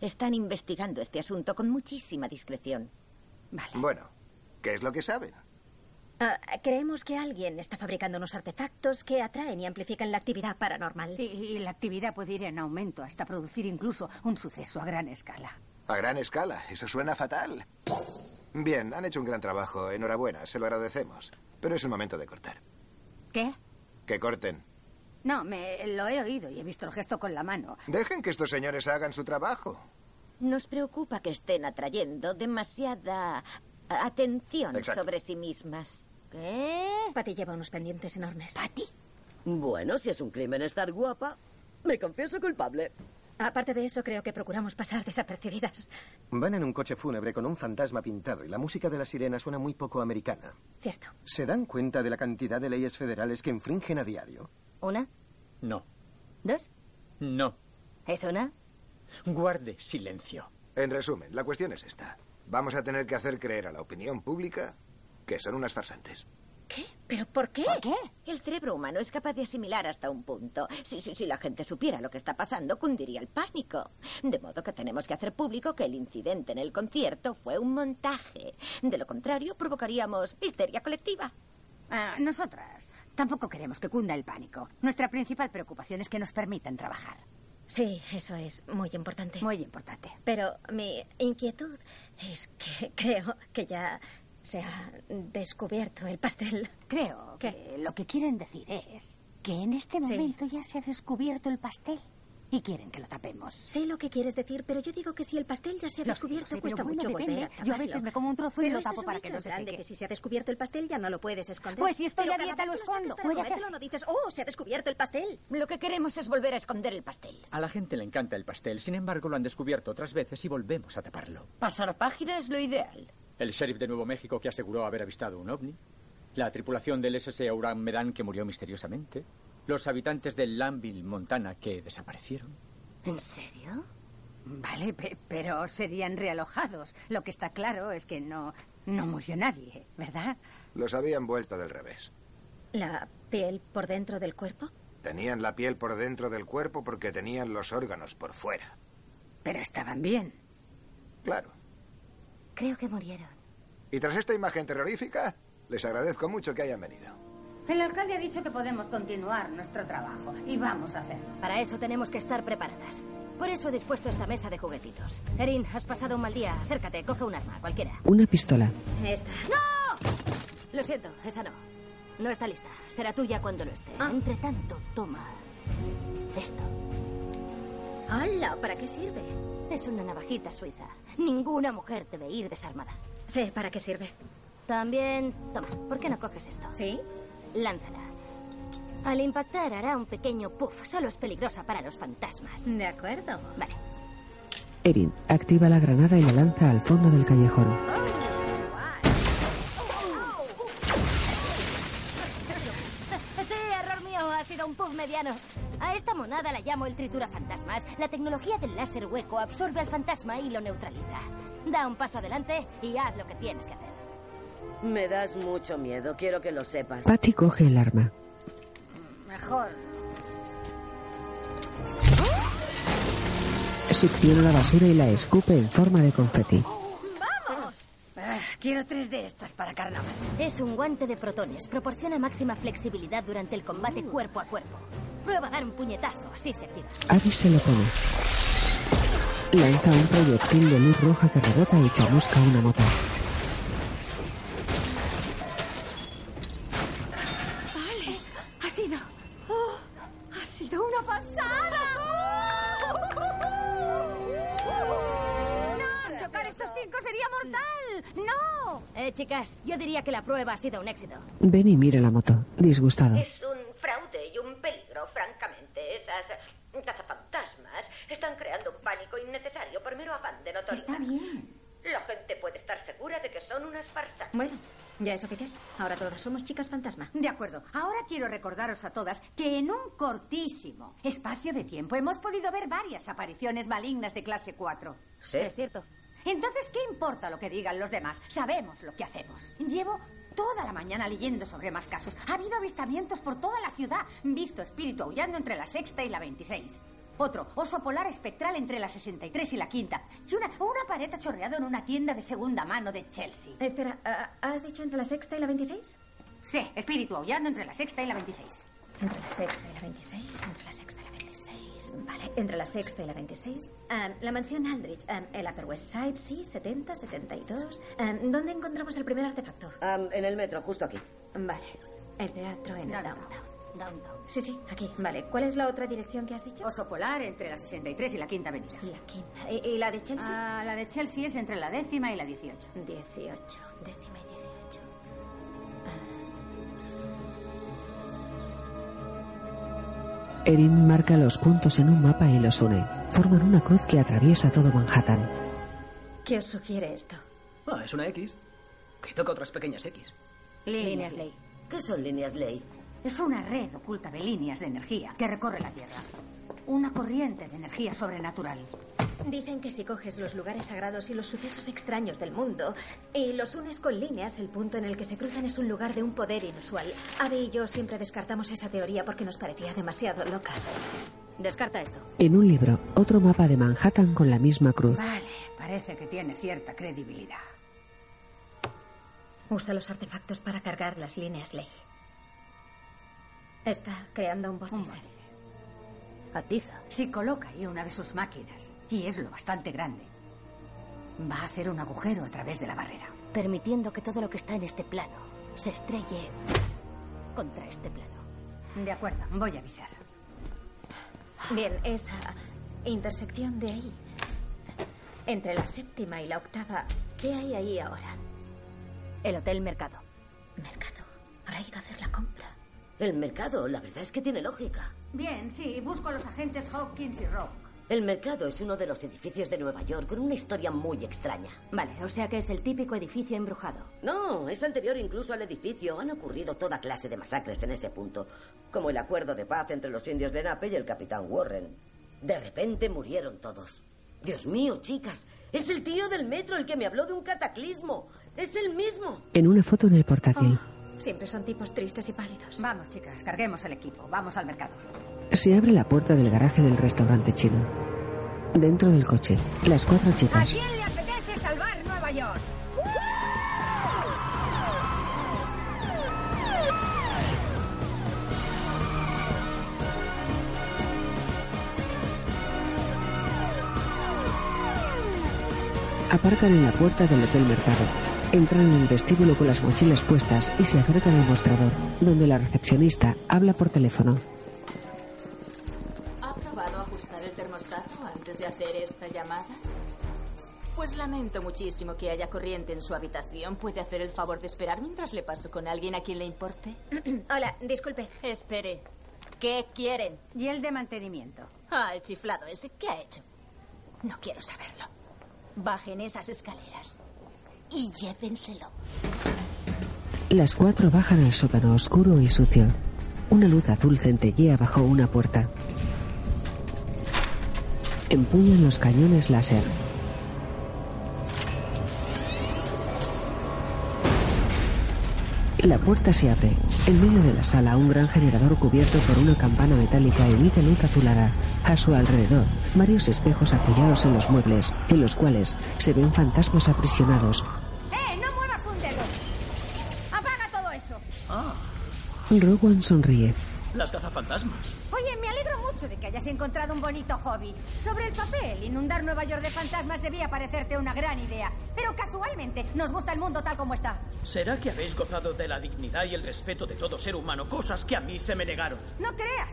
Están investigando este asunto con muchísima discreción. Bueno, ¿Qué es lo que saben? Ah, creemos que alguien está fabricando unos artefactos que atraen y amplifican la actividad paranormal. Y, y la actividad puede ir en aumento hasta producir incluso un suceso a gran escala. A gran escala. Eso suena fatal. Bien, han hecho un gran trabajo. Enhorabuena, se lo agradecemos. Pero es el momento de cortar. ¿Qué? Que corten. No, me lo he oído y he visto el gesto con la mano. Dejen que estos señores hagan su trabajo. Nos preocupa que estén atrayendo demasiada atención Exacto. sobre sí mismas. ¿Qué? Patty lleva unos pendientes enormes. ¿Patty? Bueno, si es un crimen estar guapa, me confieso culpable. Aparte de eso, creo que procuramos pasar desapercibidas. Van en un coche fúnebre con un fantasma pintado y la música de la sirena suena muy poco americana. Cierto. ¿Se dan cuenta de la cantidad de leyes federales que infringen a diario? ¿Una? [laughs] No, ¿Dos? no. ¿Es una? Guarde silencio. En resumen, la cuestión es esta. Vamos a tener que hacer creer a la opinión pública que son unas farsantes. ¿Pero por qué? ¿Por qué? El cerebro humano es capaz de asimilar hasta un punto. Si, si, si la gente supiera lo que está pasando, cundiría el pánico. De modo que tenemos que hacer público que el incidente en el concierto fue un montaje. De lo contrario, provocaríamos histeria colectiva. Ah, nosotras tampoco queremos que cunda el pánico. Nuestra principal preocupación es que nos permitan trabajar. Sí, eso es muy importante. Muy importante. Pero mi inquietud es que [laughs] creo que ya se ha descubierto el pastel. Creo que lo que quieren decir es que en este Sí. momento ya se ha descubierto el pastel y quieren que lo tapemos. Sé lo que quieres decir, pero yo digo que si el pastel ya se ha Lo sé, descubierto, lo sé, pero cuesta bueno, mucho depende. volver a Yo a veces taparlo. me como un trozo y Pero lo este tapo es un para que dicho no se grande seque. que si se ha descubierto el pastel ya no lo puedes esconder. Pues si estoy Pero a cada dieta, vez lo que haces escondo. Pues para Puede comértelo, hacerse. no dices, "Oh, se ha descubierto el pastel." Lo que queremos es volver a esconder el pastel. A la gente le encanta el pastel, sin embargo lo han descubierto otras veces y volvemos a taparlo. Pasar página es lo ideal. El sheriff de Nuevo México que aseguró haber avistado un ovni, la tripulación del SS Oran Medan que murió misteriosamente, los habitantes de Lamville, Montana, que desaparecieron. ¿En serio? Vale, pe- pero serían realojados. Lo que está claro es que no, no murió nadie, ¿verdad? Los habían vuelto del revés. ¿La piel por dentro del cuerpo? Tenían la piel por dentro del cuerpo porque tenían los órganos por fuera. Pero estaban bien. Claro. Creo que murieron. Y tras esta imagen terrorífica, les agradezco mucho que hayan venido. El alcalde ha dicho que podemos continuar nuestro trabajo y vamos a hacerlo. Para eso tenemos que estar preparadas. Por eso he dispuesto esta mesa de juguetitos. Erin, has pasado un mal día. Acércate, coge un arma, cualquiera. Una pistola. Esta. ¡No! Lo siento, esa no. No está lista. Será tuya cuando lo esté. Ah. Entre tanto, toma esto. ¡Hala! ¿Para qué sirve? Es una navajita suiza. Ninguna mujer debe ir desarmada. Sé para qué sirve. También... Toma, ¿por qué no coges esto? ¿Sí? Lánzala. Al impactar hará un pequeño puff. Solo es peligrosa para los fantasmas. De acuerdo. Vale. Erin activa la granada y la lanza al fondo del callejón. [laughs] Sí, error mío, ha sido un puff mediano. A esta monada la llamo el tritura fantasmas. La tecnología del láser hueco absorbe al fantasma y lo neutraliza. Da un paso adelante y haz lo que tienes que hacer. Me das mucho miedo, quiero que lo sepas. Patty coge el arma. Mejor. Succiona la basura y la escupe en forma de confeti. ¡Vamos! Ah, quiero tres de estas para carnaval. Es un guante de protones. Proporciona máxima flexibilidad durante el combate Uh. cuerpo a cuerpo. Prueba a dar un puñetazo, así se activa. Abby se lo pone. Lanza un proyectil de luz roja que rebota y chamusca una mota. Vale, ha sido. oh, ha sido una pasada. No, chocar estos cinco sería mortal. No. Eh, chicas, yo diría que la prueba ha sido un éxito. Benny mira la moto, disgustado. Es un fraude y un peligro, francamente. Esas eh, cazafantasmas están creando un pánico innecesario por mero afán de notoriedad. Está bien. La gente puede estar segura de que son unas farsas. Bueno, ya es oficial. Ahora todas somos chicas fantasma. De acuerdo. Ahora quiero recordaros a todas que en un cortísimo espacio de tiempo hemos podido ver varias apariciones malignas de clase 4. Sí. Es cierto. Entonces, ¿qué importa lo que digan los demás? Sabemos lo que hacemos. Llevo toda la mañana leyendo sobre más casos. Ha habido avistamientos por toda la ciudad. Visto espíritu aullando entre la sexta y la 26. Otro, oso polar espectral entre la 63 y la quinta. Y una, una paleta chorreado en una tienda de segunda mano de Chelsea. Espera, ah, ¿has dicho entre la sexta y la 26? Sí, espíritu aullando entre la sexta y la 26. Entre la sexta y la 26, entre la sexta y la 26. Vale, entre la sexta y la 26. Ah, la mansión Aldrich, ah, el Upper West Side, sí, 70, 72. Ah, ¿Dónde encontramos el primer artefacto? en el metro, justo aquí. Em, Vale, el teatro en el Downtown. downtown. Sí, sí, aquí. Vale, ¿cuál es la otra dirección que has dicho? Oso polar entre la 63 y la quinta avenida. La quinta. ¿Y, y la de Chelsea? Ah, la de Chelsea es entre la décima y la 18. 18, décima y 18. Erin marca los puntos en un mapa y los une. Forman una cruz que atraviesa todo Manhattan. ¿Qué os sugiere esto? Ah, es una X. Que toca otras pequeñas X. Líneas ley. ¿Qué son líneas ley? Es una red oculta de líneas de energía que recorre la Tierra. Una corriente de energía sobrenatural. Dicen que si coges los lugares sagrados y los sucesos extraños del mundo y los unes con líneas, el punto en el que se cruzan es un lugar de un poder inusual. Abby y yo siempre descartamos esa teoría porque nos parecía demasiado loca. Descarta esto. En un libro, otro mapa de Manhattan con la misma cruz. Vale, parece que tiene cierta credibilidad. Usa los artefactos para cargar las líneas ley. Está creando un vórtice. Atiza. Si coloca ahí una de sus máquinas, y es lo bastante grande, va a hacer un agujero a través de la barrera. Permitiendo que todo lo que está en este plano se estrelle contra este plano. De acuerdo, voy a avisar. Bien, esa intersección de ahí, entre la séptima y la octava, ¿qué hay ahí ahora? El Hotel Mercado. Habrá ido a hacer la compra. El mercado, la verdad es que tiene lógica. Bien, sí, busco a los agentes Hopkins y Rock. El mercado es uno de los edificios de Nueva York con una historia muy extraña. Vale, o sea que es el típico edificio embrujado. No, es anterior incluso al edificio. Han ocurrido toda clase de masacres en ese punto, como el acuerdo de paz entre los indios Lenape y el capitán Warren. De repente murieron todos. Dios mío, chicas, es el tío del metro el que me habló de un cataclismo. Es el mismo. En una foto en el portátil. Siempre son tipos tristes y pálidos. Vamos, chicas, carguemos el equipo. Vamos al mercado. Se abre la puerta del garaje del restaurante chino. Dentro del coche, las cuatro ¿A chicas. quién le apetece salvar Nueva York? Aparcan en la puerta del Hotel Mercado. Entran en el vestíbulo con las mochilas puestas y se acercan al mostrador, donde la recepcionista habla por teléfono. ¿Ha probado ajustar el termostato antes de hacer esta llamada? Pues lamento muchísimo que haya corriente en su habitación. ¿Puede hacer el favor de esperar mientras le paso con alguien a quien le importe? [clears throat] Hola, disculpe. Espere. ¿Qué quieren? Y el de mantenimiento. Ah, el chiflado ese. ¿Qué ha hecho? No quiero saberlo. Bajen esas escaleras y llévenselo. Las cuatro bajan al sótano oscuro y sucio. Una luz azul centellea bajo una puerta. Empuñan los cañones láser. La puerta se abre. En medio de la sala, un gran generador cubierto por una campana metálica emite luz azulada. A su alrededor, varios espejos apoyados en los muebles, en los cuales se ven fantasmas aprisionados. ¡Eh, no muevas un dedo! ¡Apaga todo eso! Ah, Rowan sonríe. las cazafantasmas. Oye, me alegro mucho de que hayas encontrado un bonito hobby. Sobre el papel, inundar Nueva York de fantasmas debía parecerte una gran idea. Pero casualmente, nos gusta el mundo tal como está. ¿Será que habéis gozado de la dignidad y el respeto de todo ser humano? Cosas que a mí se me negaron. No creas.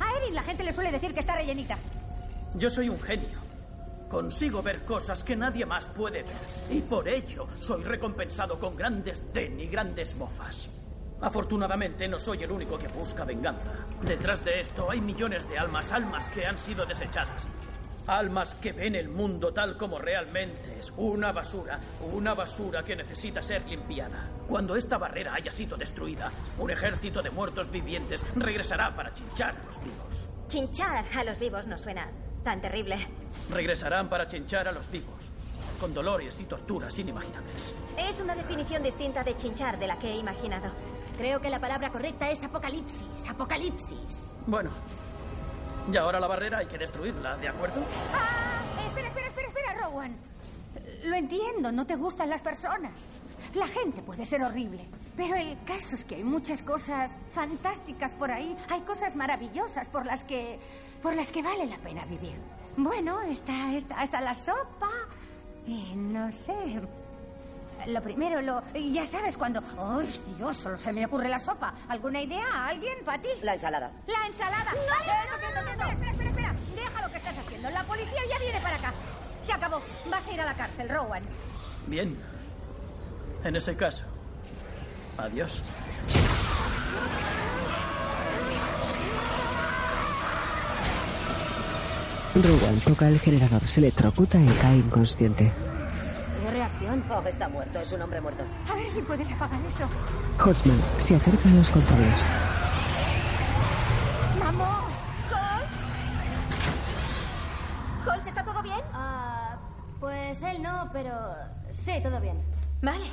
A Erin la gente le suele decir que está rellenita. Yo soy un genio. Consigo ver cosas que nadie más puede ver. Y por ello soy recompensado con gran desdén y grandes mofas. Afortunadamente no soy el único que busca venganza. Detrás de esto hay millones de almas, almas que han sido desechadas. Almas que ven el mundo tal como realmente es. Una basura, una basura que necesita ser limpiada. Cuando esta barrera haya sido destruida, un ejército de muertos vivientes regresará para chinchar a los vivos. Chinchar a los vivos no suena tan terrible. Regresarán para chinchar a los vivos, con dolores y torturas inimaginables. Es una definición distinta de chinchar de la que he imaginado. Creo que la palabra correcta es apocalipsis. Apocalipsis. Bueno, Y ahora la barrera hay que destruirla, ¿de acuerdo? Espera, espera, espera, espera, Rowan. Lo entiendo, no te gustan las personas. La gente puede ser horrible, pero el caso es que hay muchas cosas fantásticas por ahí, hay cosas maravillosas por las que por las que vale la pena vivir. Bueno, está está está la sopa y no sé. Lo primero, lo ya sabes cuando. ¡Ay, Dios! Solo se me ocurre la sopa. ¿Alguna idea? ¿Alguien para ti? La ensalada. La ensalada. Eh, ¡Ay, quieto, quieto, quieto! Espera, espera, espera. Deja lo que estás haciendo. La policía ya viene para acá. Se acabó. Vas a ir a la cárcel, Rowan. Bien. En ese caso. Adiós. Rowan toca el generador, se electrocuta y cae inconsciente. ¿Qué reacción? Oh, está muerto, es un hombre muerto. A ver si puedes apagar eso. Hodgman se acerca a los controles. ¡Vamos! ¿Holmes? ¿Holmes, está todo bien? Ah, pues él no, pero sí, todo bien. Vale.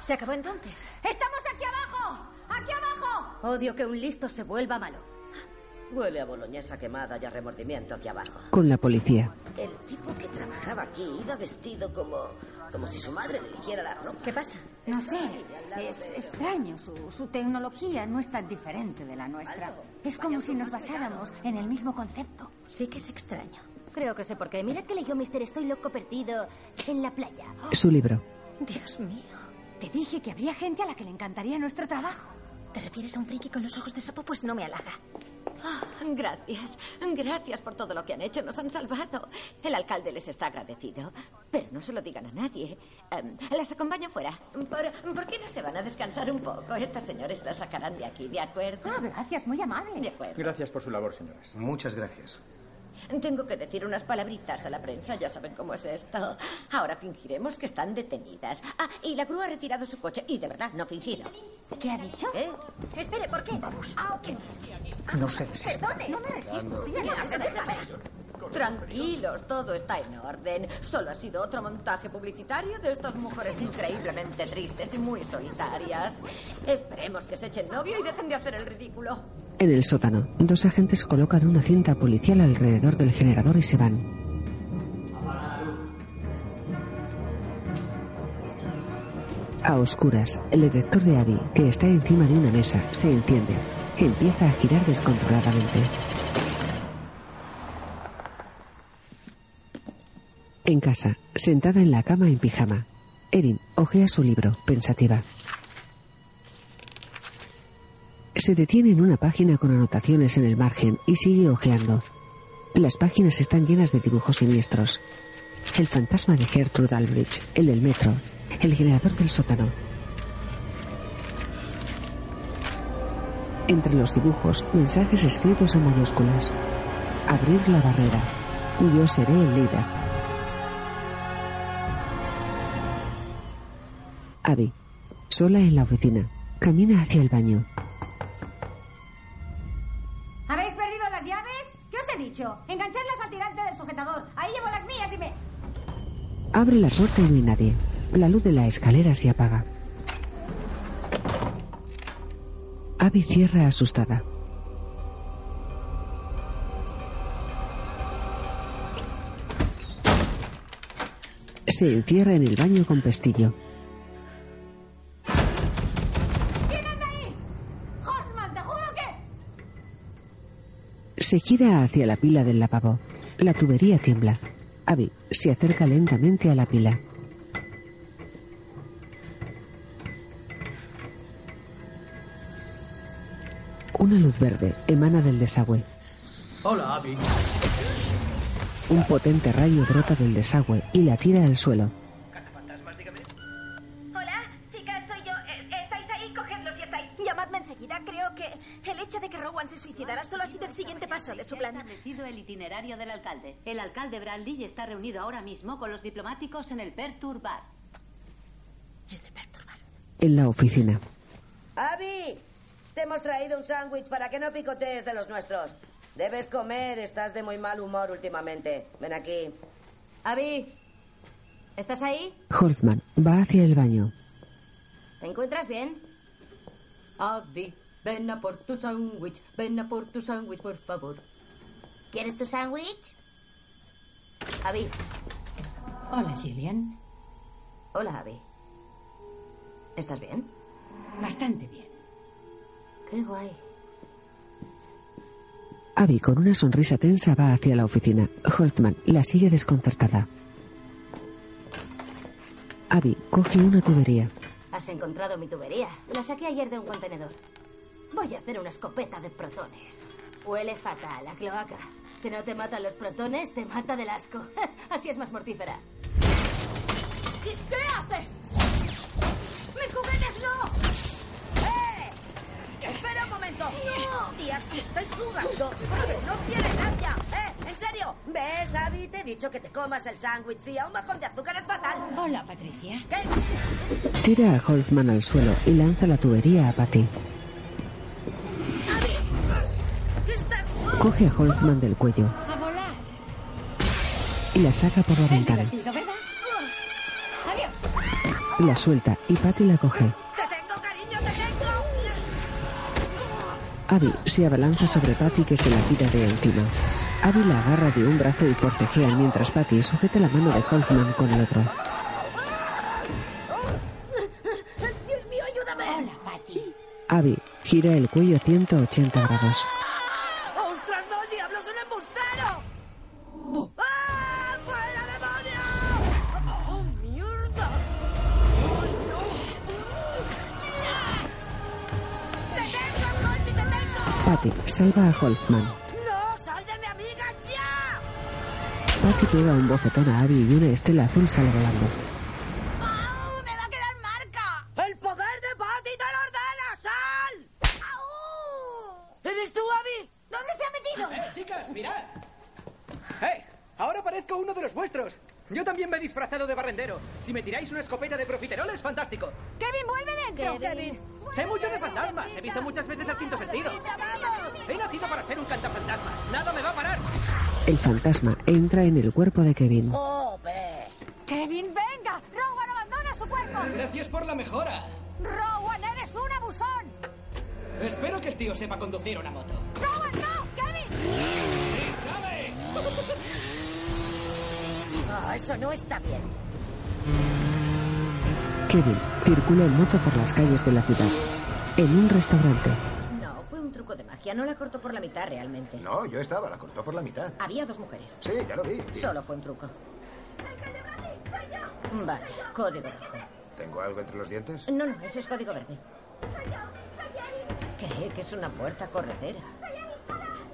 ¿Se acabó entonces? ¡Estamos aquí abajo! ¡Aquí abajo! Odio que un listo se vuelva malo. Huele a boloñesa quemada y a remordimiento aquí abajo. Con la policía. El tipo que trabajaba aquí iba vestido como. como si su madre le eligiera la ropa. ¿Qué pasa? No sé. Es extraño. Su, su tecnología no es tan diferente de la nuestra. Es como si nos basáramos en el mismo concepto. Sí que es extraño. Creo que sé por qué. Mirad que leyó Mister Estoy loco perdido en la playa. Su libro. Dios mío. Te dije que había gente a la que le encantaría nuestro trabajo. ¿Te refieres a un friki con los ojos de sapo? Pues no me halaga. Ah, gracias, gracias por todo lo que han hecho, nos han salvado. El alcalde les está agradecido, pero no se lo digan a nadie. Em, las acompaño fuera. ¿Por, por qué no se van a descansar un poco? Estas señores las sacarán de aquí, ¿de acuerdo? Ah, gracias, muy amable. De acuerdo. Gracias por su labor, señoras. Muchas gracias. Tengo que decir unas palabritas a la prensa, ya saben cómo es esto. Ahora fingiremos que están detenidas. Ah, y la grúa ha retirado su coche, y de verdad, no ¿Eh? fingido. ¿Qué ha dicho? Espere, ¿por qué? Vamos. Ah, ok. No sé. Perdone, no me resisto, estoy harta. Déjame. Tranquilos, todo está en orden. Solo ha sido otro montaje publicitario de estas mujeres increíblemente tristes y muy solitarias. Esperemos que se echen novio y dejen de hacer el ridículo. En el sótano, dos agentes colocan una cinta policial alrededor del generador y se van. A oscuras, el detector de Abby, que está encima de una mesa, se enciende. Empieza a girar descontroladamente. En casa, sentada en la cama en pijama, Erin ojea su libro, pensativa. Se detiene en una página con anotaciones en el margen y sigue ojeando. Las páginas están llenas de dibujos siniestros. El fantasma de Gertrude Albridge, el del metro, el generador del sótano. Entre los dibujos, mensajes escritos en mayúsculas. Abrir la barrera. Yo seré el líder. Abby, sola en la oficina, camina hacia el baño. ¿Habéis perdido las llaves? ¿Qué os he dicho? Enganchadlas al tirante del sujetador. Ahí llevo las mías y me... Abre la puerta y no hay nadie. La luz de la escalera se apaga. Abby cierra asustada. Se encierra en el baño con pestillo. ¿Quién anda ahí? ¡Hosman, te juro que... Se gira hacia la pila del lavabo. La tubería tiembla. Abby se acerca lentamente a la pila. Una luz verde emana del desagüe. Hola, Abby. Un potente rayo brota del desagüe y la tira al suelo. Hola, chicas, soy yo. Eh, ¿Estáis ahí? Cogedlo si estáis. Llamadme enseguida. Creo que el hecho de que Rowan se suicidara solo ha sido el siguiente paso de su Ha plan. establecido el itinerario del alcalde. El alcalde Bradley está reunido ahora mismo con los diplomáticos en el Perturbar. En la oficina, ¡Abby! Te hemos traído un sándwich para que no picotees de los nuestros. Debes comer, estás de muy mal humor últimamente. Ven aquí. Abby, ¿estás ahí? Holtzman va hacia el baño. ¿Te encuentras bien? Abby, ven a por tu sándwich, ven a por tu sándwich, por favor. ¿Quieres tu sándwich? Abby. Hola, Gillian. Hola, Abby. ¿Estás bien? Bastante bien. Qué guay. Abby, con una sonrisa tensa, va hacia la oficina. Holtzman la sigue desconcertada. Abby coge una tubería. Has encontrado mi tubería. La saqué ayer de un contenedor. Voy a hacer una escopeta de protones. Huele fatal la cloaca. Si no te matan los protones, te mata del asco. [laughs] Así es más mortífera. ¿Qué, qué haces? ¡Mis juguetes no! ¡Eh! Espera un momento. No. Tías, estáis jugando. Oye, no tiene gracia. ¿Eh? ¿En serio? ¿Ves, Abby? Te he dicho que te comas el sándwich, tía. Un bajón de azúcar es fatal. Hola, Patricia. Tira a Holtzman al suelo y lanza la tubería a Patty. Coge a Holtzman del cuello A volar. y la saca por la ventana. Divertido, ¿verdad? Ah. La suelta y Patty la coge. Abby se abalanza sobre Patty que se la tira de encima. Abby la agarra de un brazo y forcejean mientras Patty sujeta la mano de Holtzman con el otro. Dios mío, ayúdame. Hola, Patty. Abby gira el cuello 180 grados. ¡Ostras, no! ¡El diablo es un embustero! ¡Ah! ¡Fuera, demonio! ¡Oh, mierda! ¡Oh, no! ¡Te tengo, Holtz, te tengo! Patty salva a Holtzman. ¡No! ¡Sal de mi amiga ya! Patty pega un bofetón a Abby y una estela azul sale volando. ¡El poder de Patty te lo ordena! ¡Sal! ¿Eres tú, Abby? ¿Dónde se ha ¡Eh, chicas, mirad! ¡Eh! Ahora parezco uno de los vuestros. Yo también me he disfrazado de barrendero. Si me tiráis una escopeta de profiteroles, fantástico. Kevin, vuelve dentro. Kevin. Sé mucho de fantasmas. He visto muchas veces al quinto sentido. He nacido para ser un cantafantasmas. Nada me va a parar. El fantasma entra en el cuerpo de Kevin. Kevin, venga. Rowan abandona su cuerpo. Gracias por la mejora. Rowan, eres un abusón. Espero que el tío sepa conducir una moto. Rowan, no. Kevin. Ah, eso no está bien. Kevin circula en moto por las calles de la ciudad. En un restaurante, No, fue un truco de magia. No la cortó por la mitad realmente. No, yo estaba, la cortó por la mitad. Había dos mujeres. Sí, ya lo vi. Solo fue un truco. Vale, código rojo. ¿Tengo algo entre los dientes? No, no, eso es código verde. Cree que es una puerta corredera.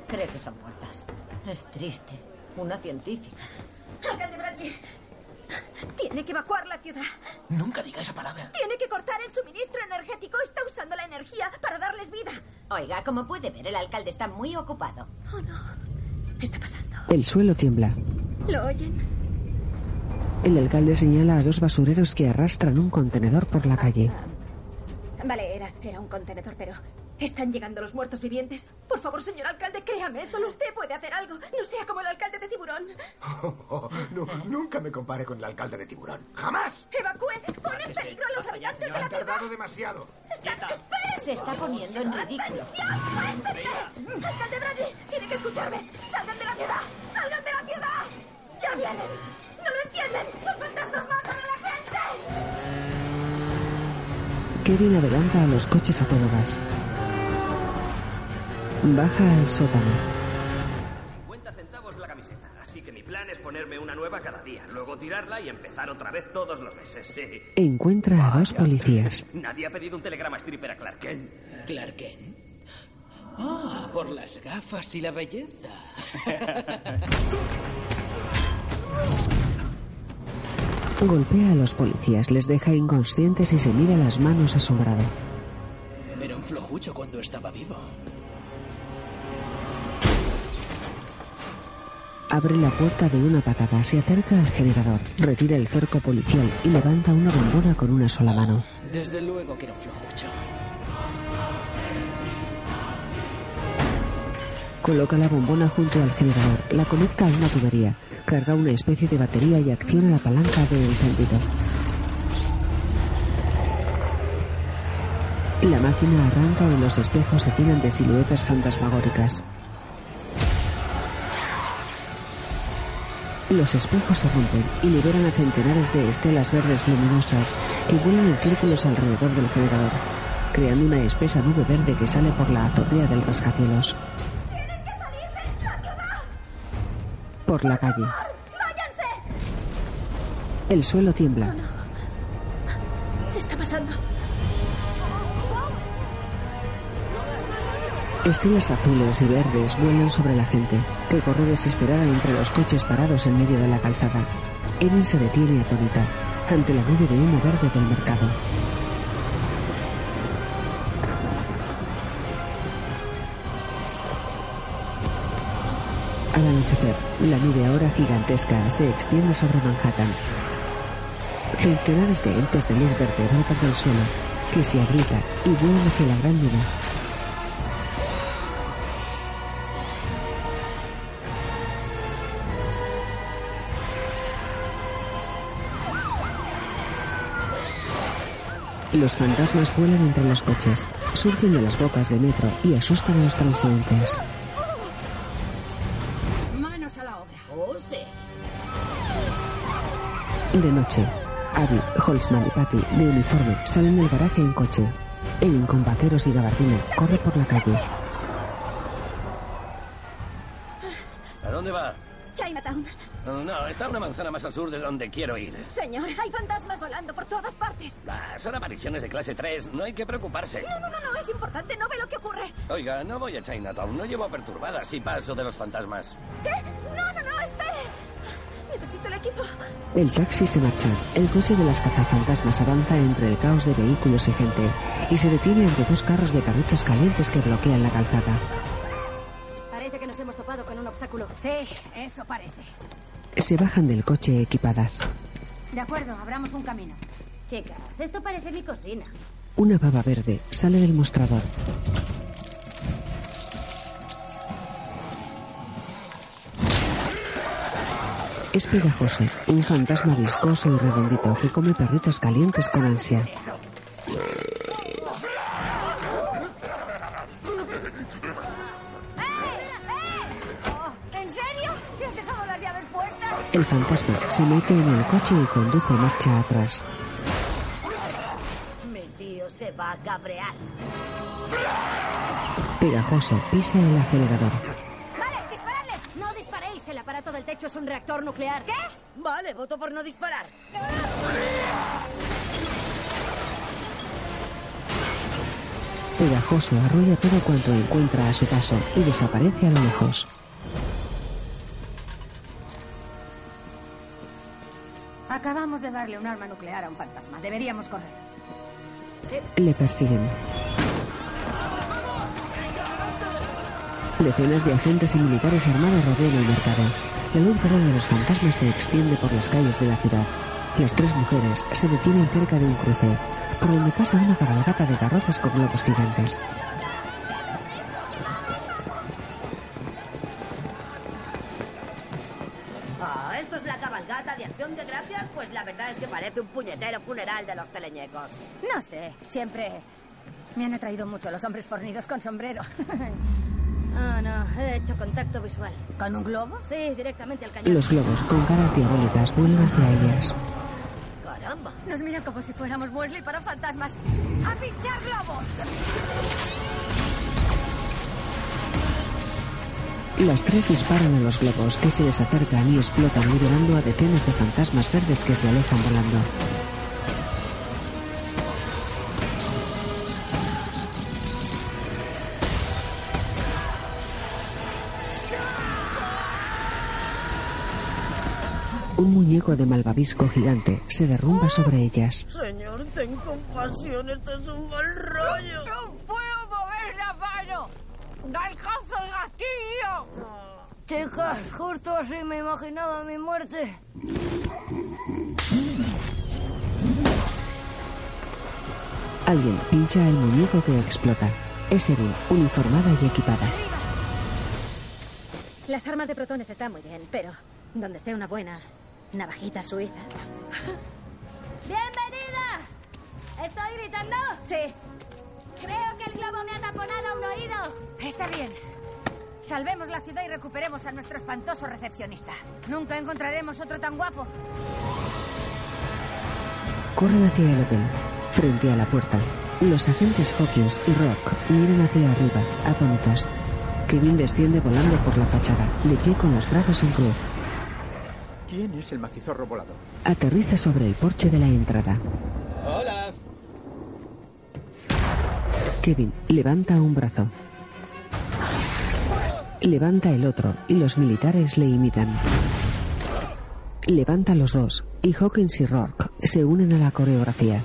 Cree que son puertas. Es triste. Una científica. Alcalde Bradley. Tiene que evacuar la ciudad. Nunca diga esa palabra. Tiene que cortar el suministro energético. Está usando la energía para darles vida. Oiga, como puede ver, el alcalde está muy ocupado. Oh, no. Está pasando. el suelo tiembla. ¿Lo oyen? El alcalde señala a dos basureros que arrastran un contenedor por la calle. Vale, era, era un contenedor, pero... ¿Están llegando los muertos vivientes? Por favor, señor alcalde, créame, solo usted puede hacer algo. No sea como el alcalde de tiburón. Oh, no, nunca me compare con el alcalde de Tiburón. ¡Jamás! ¡Evacúe! ¡Pone en peligro a los habitantes de Han la ciudad! tardado demasiado. Se está poniendo en ridículo. ¡Atención! ¡Alcalde Brady! ¡Tiene que escucharme! ¡Salgan de la ciudad! ¡Salgan de la ciudad! ¡Ya vienen! ¡No lo entienden! ¡Los fantasmas matan a la gente! Kevin adelanta a los coches a todo gas. Baja al sótano. 50 centavos la camiseta, así que mi plan es ponerme una nueva cada día, luego tirarla y empezar otra vez todos los meses, sí. Encuentra a dos policías. Nadie ha pedido un telegrama stripper a Clark Kent. ¿Clark Kent? Ah, por las gafas y la belleza. Golpea a los policías, les deja inconscientes y se mira las manos asombrado. Era un flojucho cuando estaba vivo. Abre la puerta de una patada, se acerca al generador, retira el cerco policial y levanta una bombona con una sola mano. Desde luego que era un flojucho. Coloca la bombona junto al generador, la conecta a una tubería, carga una especie de batería y acciona la palanca de encendido. La máquina arranca y los espejos se llenan de siluetas fantasmagóricas. Los espejos se rompen y liberan a centenares de estelas verdes luminosas que vuelan en círculos alrededor del generador, creando una espesa nube verde que sale por la azotea del rascacielos. Por la calle. El suelo tiembla. ¿Qué está pasando? Estelas azules y verdes vuelan sobre la gente, que corre desesperada entre los coches parados en medio de la calzada. Erin se detiene atónita ante la nube de humo verde del mercado. Al anochecer, la nube ahora gigantesca se extiende sobre Manhattan. Centenares de entes de luz verde brotan del suelo, que se agrietan y vuelan hacia la gran luna. Los fantasmas vuelan entre los coches, surgen de las bocas de metro y asustan a los transeúntes. Manos a la obra. ¡Oh, sí! De noche, Abby, Holtzman y Patty, de uniforme, salen del garaje en coche. Erin, con vaqueros y gabardina, corre por la calle. ¿A dónde va? Chinatown. No, está una manzana más al sur de donde quiero ir. Señor, hay fantasmas volando por todas partes. Ah, son apariciones de clase 3, no hay que preocuparse. No, no, no, no, es importante, no ve lo que ocurre. Oiga, no voy a Chinatown, no llevo perturbadas y paso de los fantasmas. ¿Qué? No, no, no, espere. Necesito el equipo. El taxi se marcha. El coche de las cazafantasmas avanza entre el caos de vehículos y gente y se detiene entre dos carros de carritos calientes que bloquean la calzada. Parece que nos hemos topado con un obstáculo. Sí, eso parece. Se bajan del coche equipadas. De acuerdo, abramos un camino. Chicas, esto parece mi cocina. Una baba verde sale del mostrador. Es pegajoso, un fantasma viscoso y redondito que come perritos calientes con ansia. Oh, ¿En serio? ¿Te has dejado las llaves puestas? El fantasma se mete en el coche y conduce marcha atrás. Mi tío se va a cabrear. Pegajoso pisa el acelerador. No disparéis, el aparato del techo es un reactor nuclear. ¿Qué? Vale, voto por no disparar. Pegajoso arrolla todo cuanto encuentra a su paso y desaparece a lo lejos. Acabamos de darle un arma nuclear a un fantasma. Deberíamos correr. Le persiguen. Decenas de agentes y militares armados rodean el mercado. La luz verde de los fantasmas se extiende por las calles de la ciudad. Las tres mujeres se detienen cerca de un cruce, por donde pasa una cabalgata de carrozas con globos gigantes. Ah, esto es la cabalgata de acción de gracias. Pues la verdad es que parece un puñetero funeral de los teleñecos. No sé, siempre me han atraído mucho los hombres fornidos con sombrero. [laughs] Ah, no, he hecho contacto visual. ¿Con un globo? Sí, directamente al cañón. Los globos, con caras diabólicas, vuelan hacia ellas. ¡Caramba! Nos miran como si fuéramos Wesley para fantasmas. ¡A pinchar globos! Las tres disparan a los globos que se les acercan y explotan, liberando a decenas de fantasmas verdes que se alejan volando. Un muñeco de malvavisco gigante se derrumba sobre ellas. Señor, ten compasión, esto es un mal rollo. ¡No puedo mover la mano! ¡No alcanzo el gatillo! Chicas, justo así me imaginaba mi muerte. Alguien pincha el muñeco que explota. Es Erin, uniformada y equipada. Las armas de protones están muy bien, pero donde esté una buena navajita suiza. ¡Bienvenida! ¿Estoy gritando? Sí, Creo que el globo me ha taponado un oído. está bien. Salvemos la ciudad y recuperemos a nuestro espantoso recepcionista. Nunca encontraremos otro tan guapo. Corren hacia el hotel. Frente a la puerta, los agentes Hawkins y Rock miran hacia arriba, atónitos. Kevin desciende volando por la fachada, de pie con los brazos en cruz. ¿Quién es el macizorro volador? Aterriza sobre el porche de la entrada. Hola. Kevin levanta un brazo. Levanta el otro y los militares le imitan. Levanta los dos y Hawkins y Rourke se unen a la coreografía.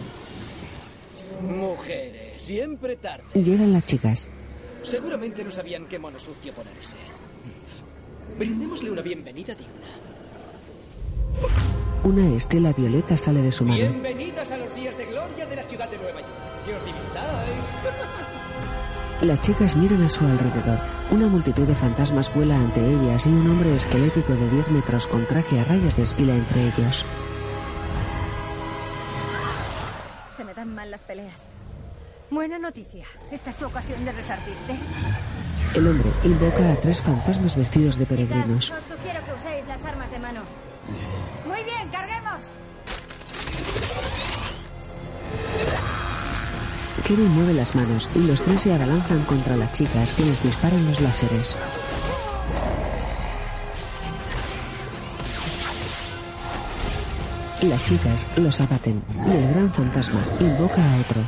Mujeres, siempre tarde. Llegan las chicas. Seguramente no sabían qué mono sucio ponerse. Brindémosle una bienvenida digna. Una estela violeta sale de su mano. Bienvenidas a los días de gloria de la ciudad de Nueva York. Que os divirtáis. [laughs] Las chicas miran a su alrededor. Una multitud de fantasmas vuela ante ellas y un hombre esquelético de 10 metros con traje a rayas desfila entre ellos. Se me dan mal las peleas. Buena noticia. Esta es tu ocasión de resartirte. El hombre invoca a tres fantasmas vestidos de peregrinos. Os sugiero que uséis las armas de mano. Muy bien, carguemos. Kevin mueve las manos y los tres se abalanzan contra las chicas que les disparan los láseres. Las chicas los abaten y el gran fantasma invoca a otro.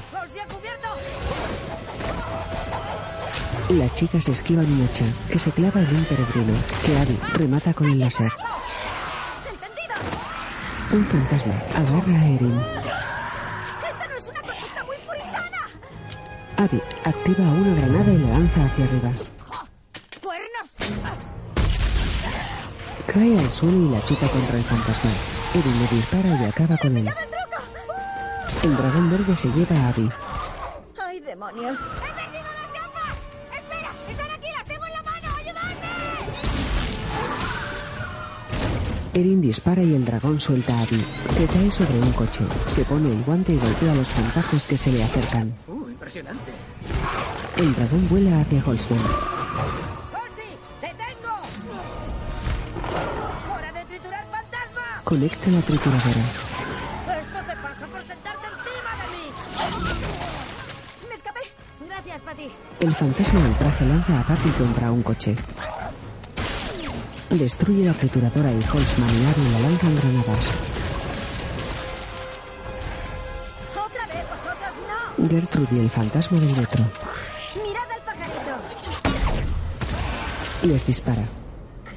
Las chicas esquivan un hacha que se clava en un peregrino que Abby remata con el láser. Un fantasma agarra a Erin. ¡Esta no es una conducta muy puritana! Abby activa una granada y la lanza hacia arriba. ¡Cuernos! Cae al suelo y la chupa contra el fantasma. Erin le dispara y acaba con él. El dragón verde se lleva a Abby. ¡Ay, demonios! Erin dispara y el dragón suelta a Abby, que cae sobre un coche. Se pone el guante y golpea a los fantasmas que se le acercan. Uh, impresionante. El dragón vuela hacia Holzman. ¡Hora de triturar fantasma! Conecta la trituradora. ¡Esto te pasa por sentarte encima de mí! ¡Me escapé! Gracias, Patty. El fantasma del traje lanza a Patty contra un coche. Destruye la trituradora y Holzman y Abby le lanzan granadas. ¡Otra vez, vosotros no! Gertrude y el fantasma del metro ¡Mirad al pajarito! les dispara.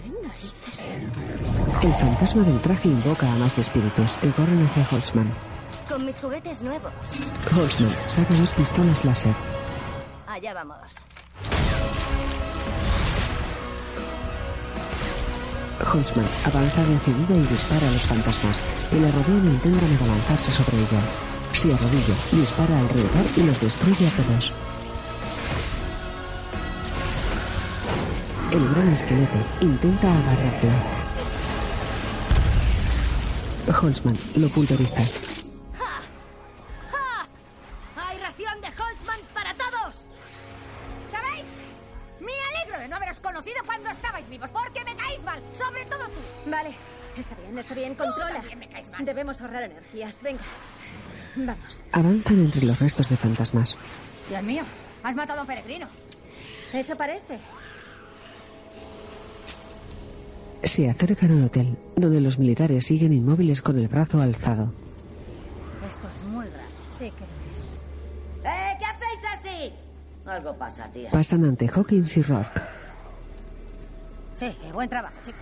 ¿Qué narices? El fantasma del traje invoca a más espíritus que corren hacia Holzman. Con mis juguetes nuevos. Holzman saca dos pistolas láser. Allá vamos. Holzman avanza decidida y dispara a los fantasmas, que le rodean e intentan abalanzarse sobre ella. Se arrodilla, dispara alrededor y los destruye a todos. El gran esqueleto intenta agarrarla. Holzman lo pulveriza. ¡Ja! ¡Ja! ¡Hay ración de Holtzman para todos! ¿Sabéis? Me alegro de no haberos conocido cuando estabais vivos, porque me caéis mal, sobre todo tú. Vale, está bien, está bien, controla. también me caes mal. Debemos ahorrar energías, venga. Vamos. Avanzan entre los restos de fantasmas. Dios mío, has matado a un peregrino. Eso parece. Se acercan al hotel, donde los militares siguen inmóviles con el brazo alzado. Esto es muy grave. Sí que lo es. ¡Eh! ¿Qué hacéis así? Algo pasa, tía. Pasan ante Hawkins y Rourke. Sí, eh, buen trabajo, chicos.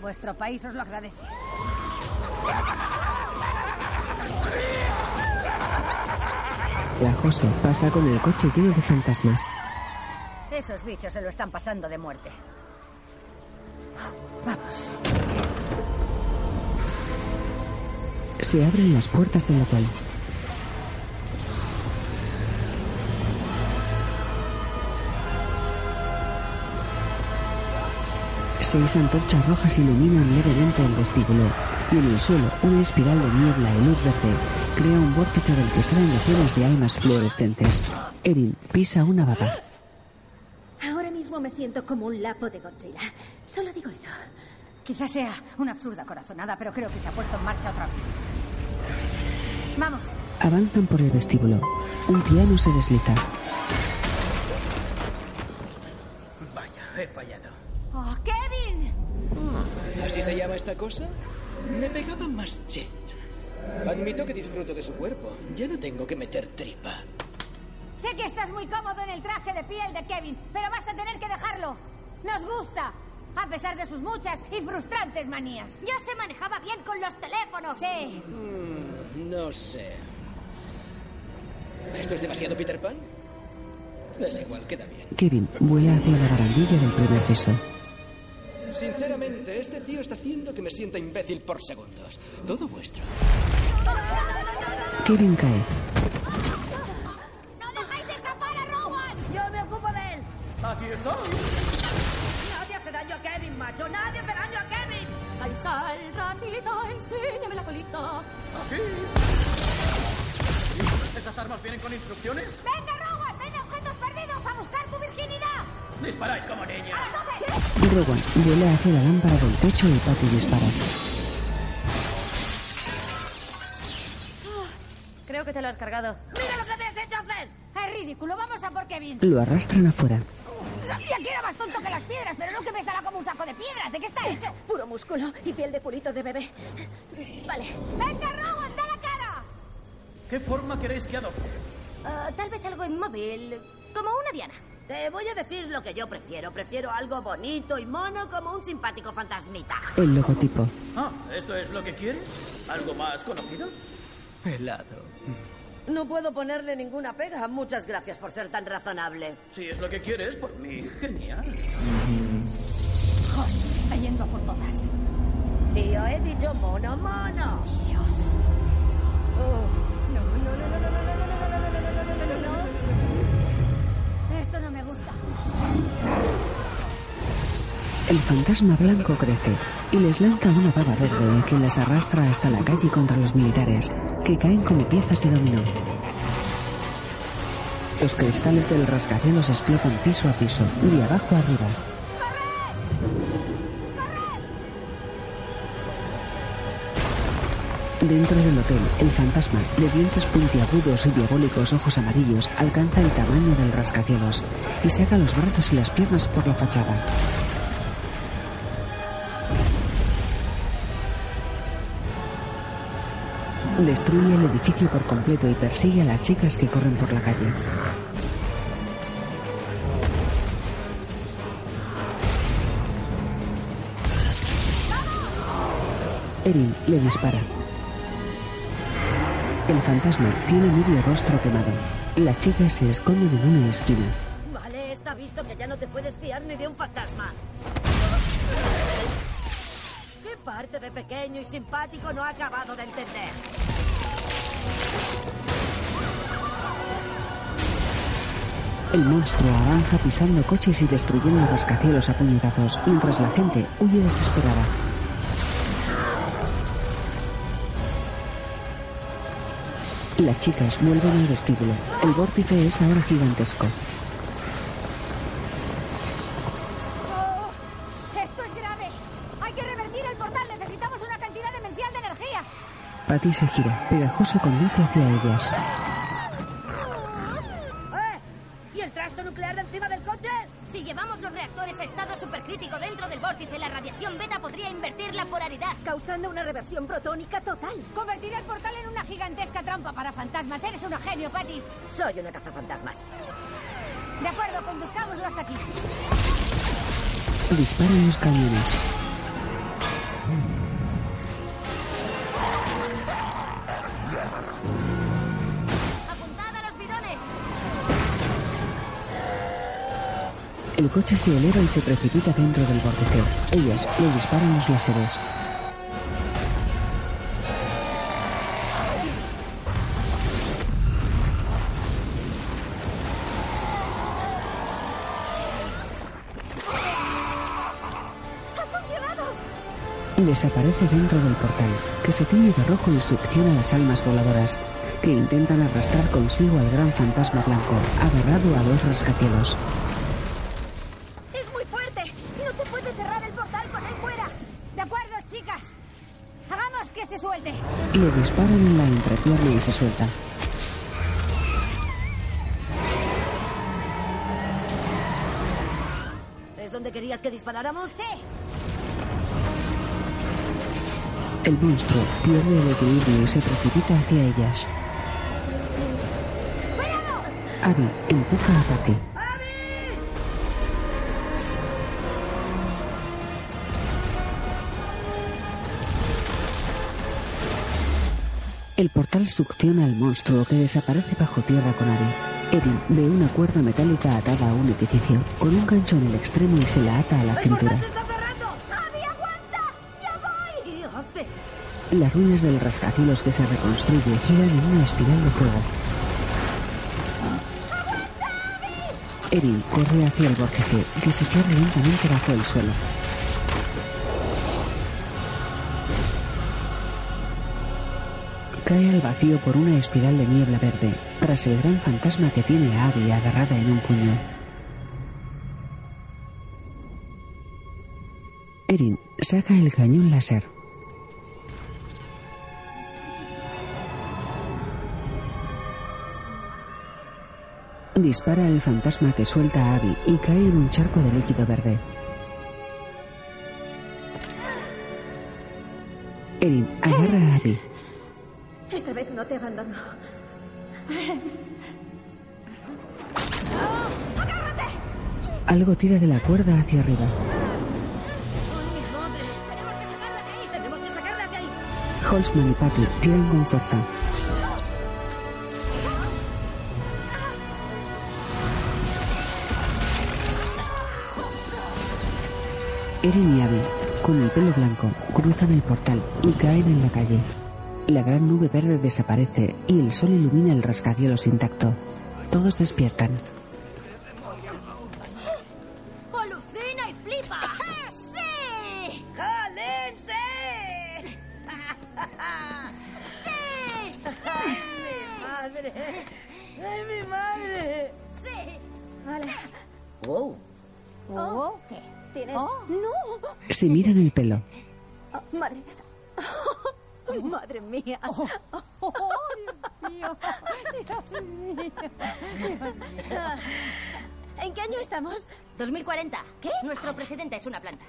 Vuestro país os lo agradece. La Jose pasa con el coche lleno de fantasmas. Esos bichos se lo están pasando de muerte. Vamos. Se abren las puertas del hotel. Seis antorchas rojas iluminan levemente el vestíbulo y en el suelo una espiral de niebla y luz verde crea un vórtice del que salen decenas de almas fluorescentes. Erin pisa una baba. Ahora mismo mismo me siento como un lapo de Godzilla. Solo digo eso. Quizás sea una absurda corazonada, pero creo que se ha puesto en marcha otra vez. Vamos. Avanzan por el vestíbulo. Un piano se desliza. Vaya, he fallado. ¡Oh, Kevin! ¿Así se llama esta cosa? Me pegaba más jet. Admito que disfruto de su cuerpo. Ya no tengo que meter tripa. Sé que estás muy cómodo en el traje de piel de Kevin, pero vas a tener que dejarlo. Nos gusta, a pesar de sus muchas y frustrantes manías. Yo se manejaba bien con los teléfonos. Sí. Mm, no sé. ¿Esto es demasiado Peter Pan? Es igual, queda bien. Kevin vuela hacia la barandilla del primer piso. Sinceramente, este tío está haciendo que me sienta imbécil por segundos. Todo vuestro. Kevin cae. Yo me ocupo de él. Aquí estoy. Nadie hace daño a Kevin, macho. Nadie hace daño a Kevin. Sal, sal, ramilita, enséñame la colita. Aquí. ¿Esas armas vienen con instrucciones? ¡Venga, Rowan! ¡Ven a objetos perdidos a buscar tu virginidad! ¡Disparáis como niña! Rowan vuela hacia la lámpara del techo y Patty dispara. Creo que te lo has cargado. ¡Mira lo que te has hecho hacer! Es ridículo, vamos a por Kevin. Lo arrastran afuera. Sabía que era más tonto que las piedras, pero no que pesaba como un saco de piedras. ¿De qué está hecho? Puro músculo y piel de purito de bebé. Vale. ¡Venga, Rowan, da la cara! ¿Qué forma queréis que adopte? Ah, tal vez algo inmóvil, como una diana. Te voy a decir lo que yo prefiero. Prefiero algo bonito y mono como un simpático fantasmita. El logotipo. Ah, ¿esto es lo que quieres? ¿Algo más conocido? Helado. No puedo ponerle ninguna pega. Muchas gracias por ser tan razonable. Si es lo que quieres, por mí, genial. Joder, está yendo a por todas. Tío, he dicho mono, mono. Dios. No, no, no, no, no, no, no, no, no, no, no, no, no, no, no. Esto no me gusta. El fantasma blanco crece y les lanza una baba verde que las arrastra hasta la calle contra los militares, que caen como piezas de dominó. Los cristales del rascacielos explotan piso a piso, de abajo arriba. Dentro del hotel, el fantasma, de dientes puntiagudos y diabólicos ojos amarillos, alcanza el tamaño del rascacielos y saca los brazos y las piernas por la fachada. Destruye el edificio por completo y persigue a las chicas que corren por la calle. Erin le dispara. El fantasma tiene medio rostro quemado. Las chicas se esconden en una esquina. Vale, está visto que ya no te puedes fiar ni de un fantasma. ¿Qué parte de pequeño y simpático no ha acabado de entender? El monstruo avanza pisando coches y destruyendo rascacielos a puñetazos, mientras la gente huye desesperada. Las chicas vuelven al vestíbulo. El vórtice es ahora gigantesco. Oh, esto es grave. Hay que revertir el portal. Necesitamos una cantidad demencial de energía. Patty se gira. Pegajoso conduce hacia ellas. ¡Eh! ¿Y el trasto nuclear de encima del coche? Si llevamos los reactores a estado supercrítico dentro del vórtice, la radiación beta podría invertir la polaridad. Causando una reversión protónica total. Convertir el portal en una gigantesca trampa para fantasmas. Eres una genio, Patty. Soy una cazafantasmas. De acuerdo, conduzcámoslo hasta aquí. Disparan los cañones. ¡Apuntad a los bidones! El coche se eleva y se precipita dentro del vórtice. Ellas le disparan los láseres. ¡Ha funcionado! Desaparece dentro del portal, que se tiñe de rojo y succiona las almas voladoras, que intentan arrastrar consigo al gran fantasma blanco, agarrado a dos rascacielos. Le disparan en la entrepierna y se suelta. ¿Es donde querías que disparáramos? Sí. El monstruo pierde el equilibrio y se precipita hacia ellas. Abby empuja a Patty. El portal succiona al monstruo que desaparece bajo tierra con Abby. Eddie ve una cuerda metálica atada a un edificio con un gancho en el extremo y se la ata a la cintura. ¿Qué hace? Las ruinas del rascacielos que se reconstruye giran en una espiral de fuego. Erin corre hacia el vórtice que se cierra lentamente bajo el suelo. Cae al vacío por una espiral de niebla verde, tras el gran fantasma que tiene a Abby agarrada en un puño. Erin saca el cañón láser. Dispara al fantasma que suelta a Abby y cae en un charco de líquido verde. Erin agarra a Abby. Esta vez no te abandono. Algo tira de la cuerda hacia arriba. Holzman y Patty tiran con fuerza. Erin y Abby, con el pelo blanco, cruzan el portal y caen en la calle. La gran nube verde desaparece y el sol ilumina el rascacielos intacto. Todos despiertan. ¡Alucina y flipa! [laughs] ¡Sí! ¡Jolín, sí! ¡Sí! ¡Ay, mi madre! ¡Ay, mi madre! ¡Sí! Vale. Wow. Oh, ¿Qué? ¿Tienes? ¡No! Se miran el pelo. Oh, madre. Madre mía. Oh, Dios mío. Dios mío. ¿En qué año estamos? 2040. ¿Qué? Nuestro presidente es una planta.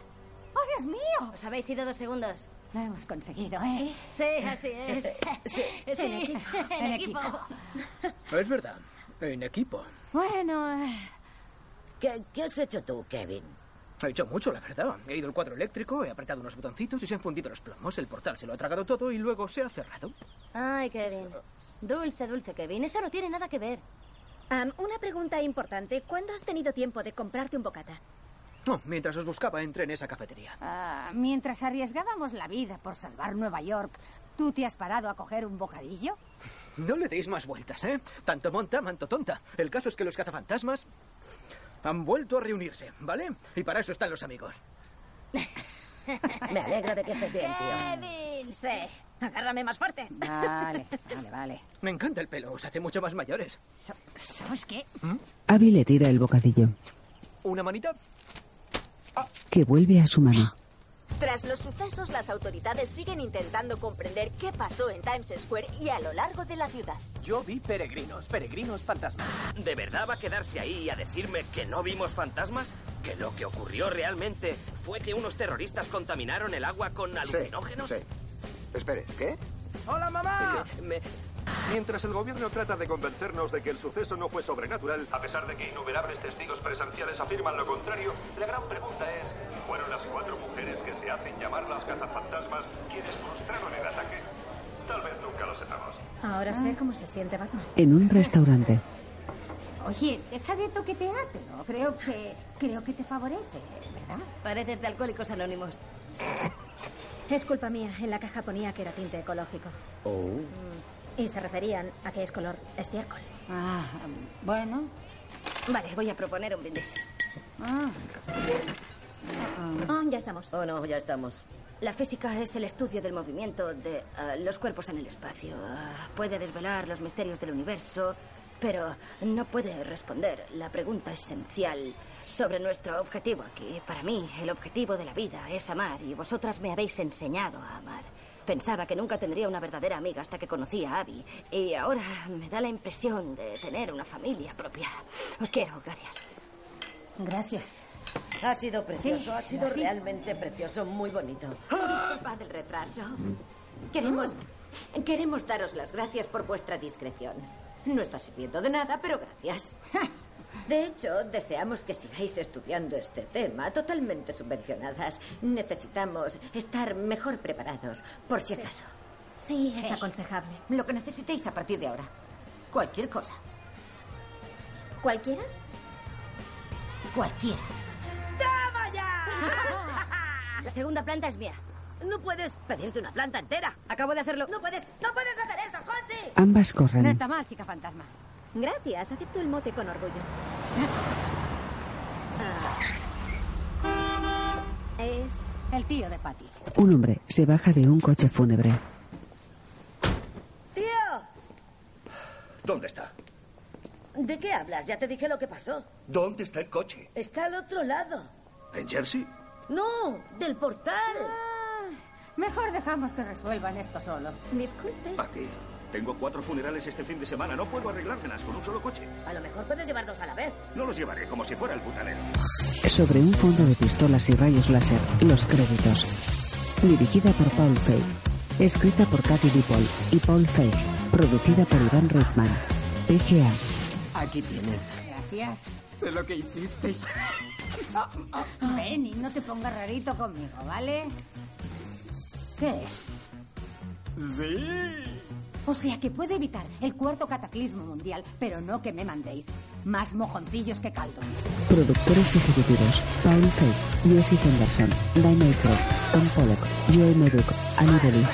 ¡Oh, Dios mío! Os habéis ido dos segundos. Lo hemos conseguido, ¿eh? Sí, así [laughs] es. Sí. Sí, En equipo. en en equipo. equipo. Es verdad, en equipo. Bueno, eh, ¿Qué, qué has hecho tú, Kevin? He hecho mucho, la verdad. He ido al cuadro eléctrico, he apretado unos botoncitos y se han fundido los plomos. El portal se lo ha tragado todo y luego se ha cerrado. Ay, Kevin. Dulce, dulce Kevin. Eso no tiene nada que ver. am, una pregunta importante. ¿Cuándo has tenido tiempo de comprarte un bocata? Oh, mientras os buscaba, entré en esa cafetería. Ah, mientras arriesgábamos la vida por salvar Nueva York, ¿tú te has parado a coger un bocadillo? No le deis más vueltas, ¿eh? Tanto monta, manto tonta. El caso es que los cazafantasmas han vuelto a reunirse, ¿vale? Y para eso están los amigos. Me alegro de que estés [laughs] bien, Kevin, sí. Agárrame más fuerte. Vale, vale, vale. Me encanta el pelo, os hace mucho más mayores. [laughs] ¿Sabes qué? Abby le tira el bocadillo, ¿Una manita? que vuelve a su mano. Tras los sucesos, las autoridades siguen intentando comprender qué pasó en Times Square y a lo largo de la ciudad. Yo vi peregrinos, peregrinos fantasmas. ¿De verdad va a quedarse ahí a decirme que no vimos fantasmas? ¿Que lo que ocurrió realmente fue que unos terroristas contaminaron el agua con alucinógenos? Sí. Espere, ¿qué? ¡Hola, mamá! Mientras el gobierno trata de convencernos de que el suceso no fue sobrenatural, a pesar de que innumerables testigos presenciales afirman lo contrario, la gran pregunta es, ¿fueron las cuatro mujeres que se hacen llamar las cazafantasmas quienes frustraron el ataque? Tal vez nunca lo sepamos. Ahora Ah. sé cómo se siente Batman. En un restaurante, Oye, deja de toqueteártelo. Creo que, creo que te favorece, ¿verdad? Pareces de Alcohólicos Anónimos. Es culpa mía. En la caja ponía que era tinte ecológico. Oh. Y se referían a que es color estiércol. Ah, bueno. Vale, voy a proponer un brindis. Ah, Ah, ya estamos. Oh, no, ya estamos. La física es el estudio del movimiento de ah, los cuerpos en el espacio. Ah, puede desvelar los misterios del universo, pero no puede responder la pregunta esencial sobre nuestro objetivo aquí. Para mí, el objetivo de la vida es amar y vosotras me habéis enseñado a amar. Pensaba que nunca tendría una verdadera amiga hasta que conocí a Abby. Y ahora me da la impresión de tener una familia propia. Os quiero, gracias. Gracias. Ha sido precioso, Sí, ha sido así. realmente precioso, muy bonito. Disculpad el retraso. Queremos, queremos daros las gracias por vuestra discreción. No está sirviendo de nada, pero gracias. De hecho, deseamos que sigáis estudiando este tema totalmente subvencionadas. Necesitamos estar mejor preparados, por si acaso. Sí, es aconsejable. Lo que necesitéis a partir de ahora. Cualquier cosa. ¿Cualquiera? Cualquiera. ¡Toma ya! [laughs] La segunda planta es mía. No puedes pedirte una planta entera. Acabo de hacerlo. No puedes, no puedes hacer eso, Holty. Ambas corren. mal, chica fantasma. Gracias, acepto el mote con orgullo. Ah. Es el tío de Patty. Un hombre se baja de un coche fúnebre. Tío, ¿Dónde está? ¿de qué hablas? Ya te dije lo que pasó. ¿Dónde está el coche? Está al otro lado. ¿En Jersey? No, del portal. Ah, Mejor dejamos que resuelvan esto solos. Disculpe. Patty, tengo cuatro funerales este fin de semana. No puedo arreglármelas con un solo coche. A lo mejor puedes llevar dos a la vez. No los llevaré como si fuera el butanero. Sobre un fondo de pistolas y rayos láser, los créditos. Dirigida por Paul Feig. Escrita por Katy DuPaul y Paul Feig. Producida por Iván Reitman. PGA. Aquí tienes. Gracias. Sé lo que hiciste. Ah, Ven y no te pongas rarito conmigo, ¿vale? ¿Qué es? Sí. O sea que puedo evitar el cuarto cataclismo mundial, pero no que me mandéis más mojoncillos que caldo. Productores ejecutivos: Paul Feig, Jesse Henderson, Dan Aykroyd, Tom Pollock, Joe Meduc, Annie Belly.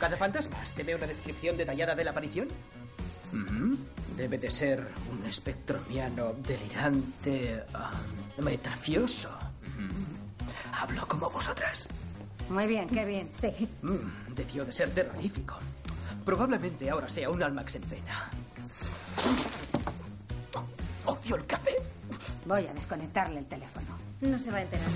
Cazafantasmas, ¿debe una descripción detallada de la aparición? Mm, Debe de ser un espectromiano delirante, ah, metafioso. Mm, Hablo como vosotras. Muy bien, qué bien. Sí. Mm, Debió de ser terrorífico. Probablemente ahora sea un almax en pena. Odio el café. Voy a desconectarle el teléfono. No se va a enterar.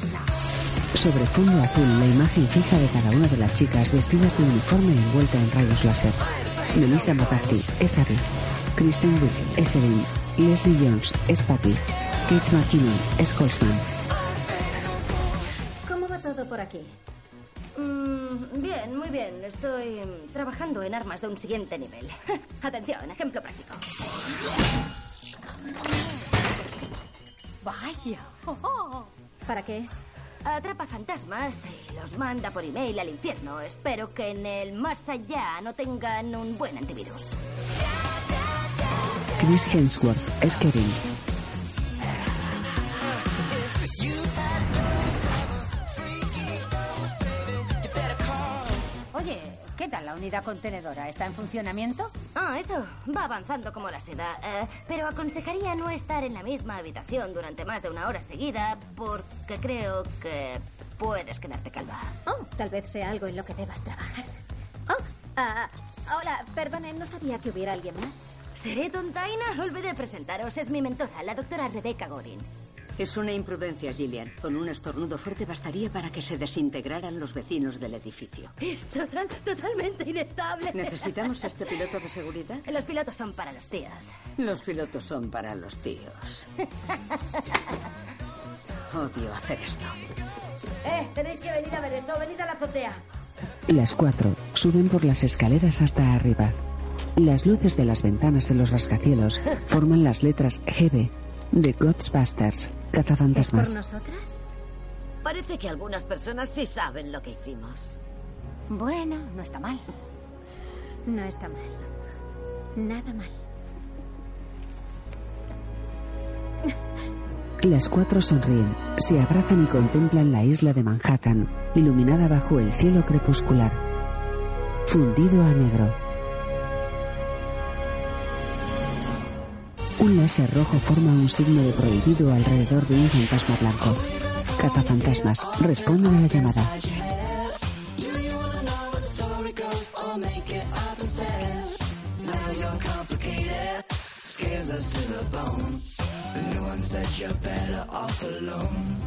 Sobre fondo azul, la imagen fija de cada una de las chicas vestidas de uniforme envuelta en rayos láser. Melissa McCarthy es Abby. Kristen Wiig es Erin. Leslie Jones es Patty. Kate McKinnon es Holzman. ¿Cómo va todo por aquí? Mm, bien, muy bien. Estoy mm, trabajando en armas de un siguiente nivel. [laughs] Atención, ejemplo práctico. Vaya. ¿Para qué es? Atrapa fantasmas y los manda por email al infierno. Espero que en el más allá no tengan un buen antivirus. Chris Hemsworth es Kevin. Oye, ¿qué tal la unidad contenedora? ¿Está en funcionamiento? Ah, eso. Va avanzando como la seda. Eh, pero aconsejaría no estar en la misma habitación durante más de una hora seguida porque creo que puedes quedarte calva. Oh, tal vez sea algo en lo que debas trabajar. Oh, ah, hola, perdone, no sabía que hubiera alguien más. Seré tontaina. Olvidé presentaros. Es mi mentora, la doctora Rebecca Gorin. Es una imprudencia, Gillian. Con un estornudo fuerte bastaría para que se desintegraran los vecinos del [laughs] edificio. Es total- totalmente inestable. ¿Necesitamos este piloto de seguridad? Los pilotos son para los tíos. Los pilotos son para los tíos. Odio hacer esto. Eh, tenéis que venir a ver esto. Venid a la azotea. Las cuatro suben por las escaleras hasta arriba. Las luces de las ventanas de los rascacielos forman las letras GB de Ghostbusters, cazafantasmas. nosotras? Parece que algunas personas sí saben lo que hicimos. Bueno, no está mal. No está mal. Nada mal. Las cuatro sonríen, se abrazan y contemplan la isla de Manhattan, iluminada bajo el cielo crepuscular. Fundido a negro. Un láser rojo forma un signo de prohibido alrededor de un fantasma blanco. Cazafantasmas responden a la llamada. Scares us to the bone. No means one's that you're better off alone.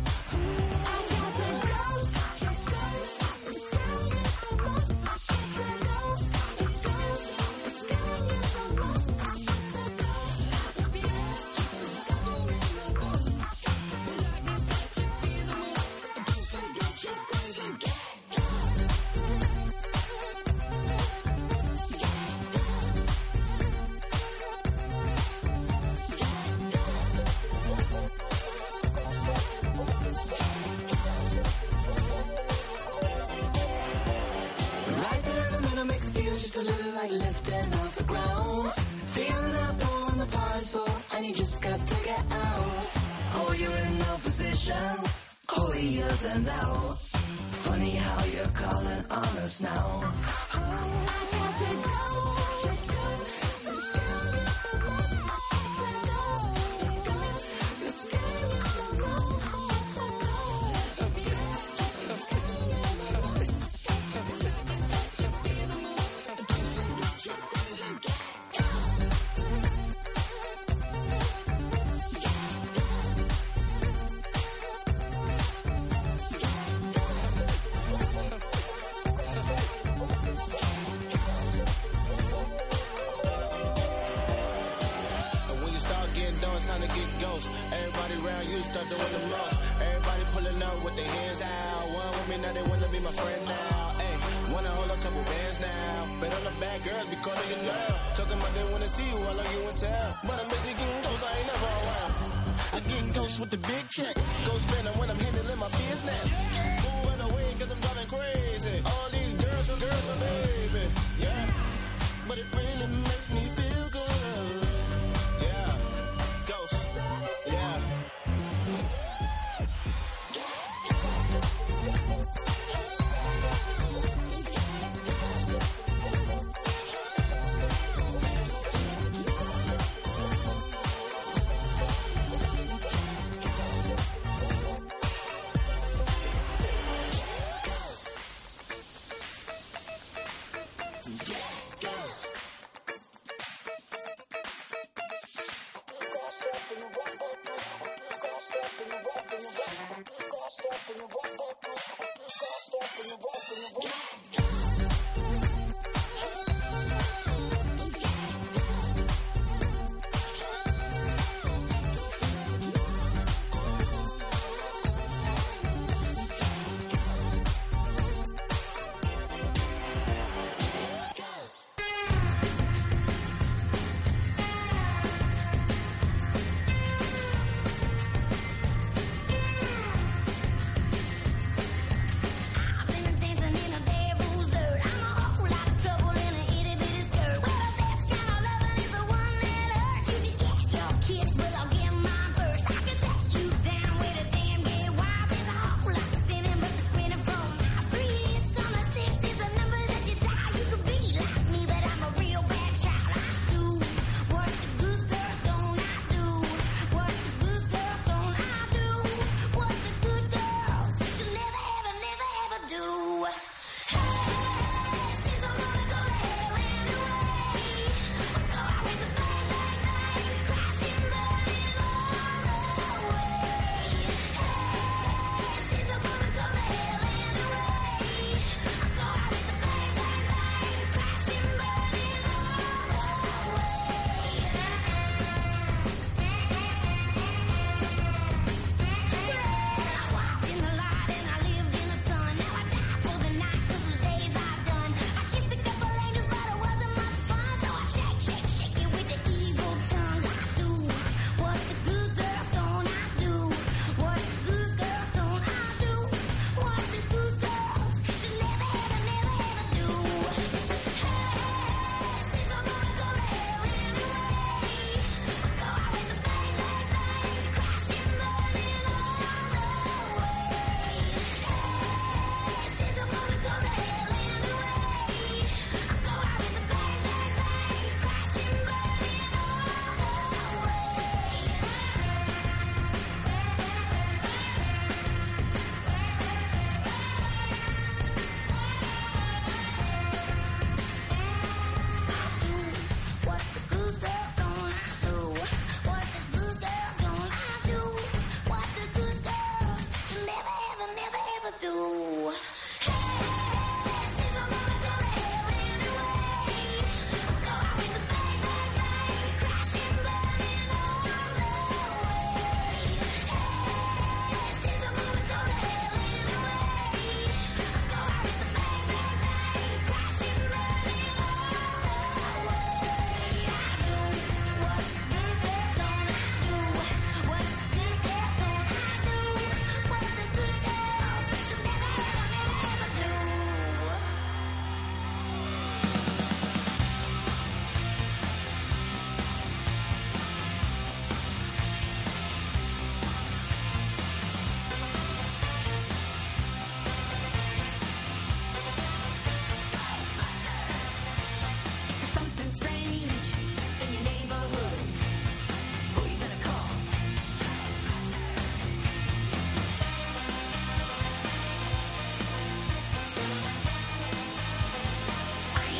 Right there in the middle makes it feel just a little like lifting off the ground. Feeling up on the parts full, and you just got to get out. Oh, you're in no position, holier than thou. Funny how you're calling on us now. And when you start getting done, it's time to get ghost. Everybody around you start doing the most. Everybody pulling up with their hands out. One with me, now they wanna be my friend now. Hey, wanna hold a couple bands now. But all the bad girls be calling you now. Talking about they wanna see you, I love you and tell. But I'm busy getting ghosts, I ain't never around. I get ghosts with the big checks. Ghost spinning when I'm handling my business. Moving away cause I'm driving crazy. All these girls are girls are baby. Yeah. But it really makes me feel good. Yeah. Ghost. Yeah. I've been dancing in a day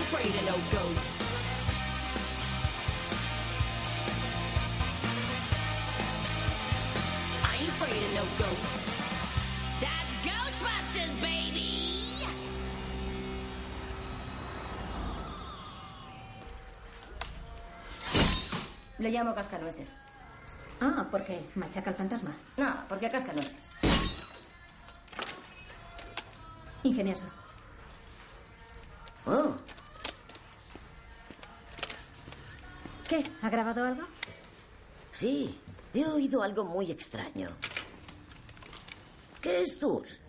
afraid of no ghosts. I ain't afraid of no ghosts. That's Ghostbusters, baby! Lo llamo cascanueces. Ah, porque machaca al fantasma. No, porque cascanueces. Ingenioso. Oh. ¿Qué? ¿Ha grabado algo? Sí, he oído algo muy extraño. ¿Qué es Dur?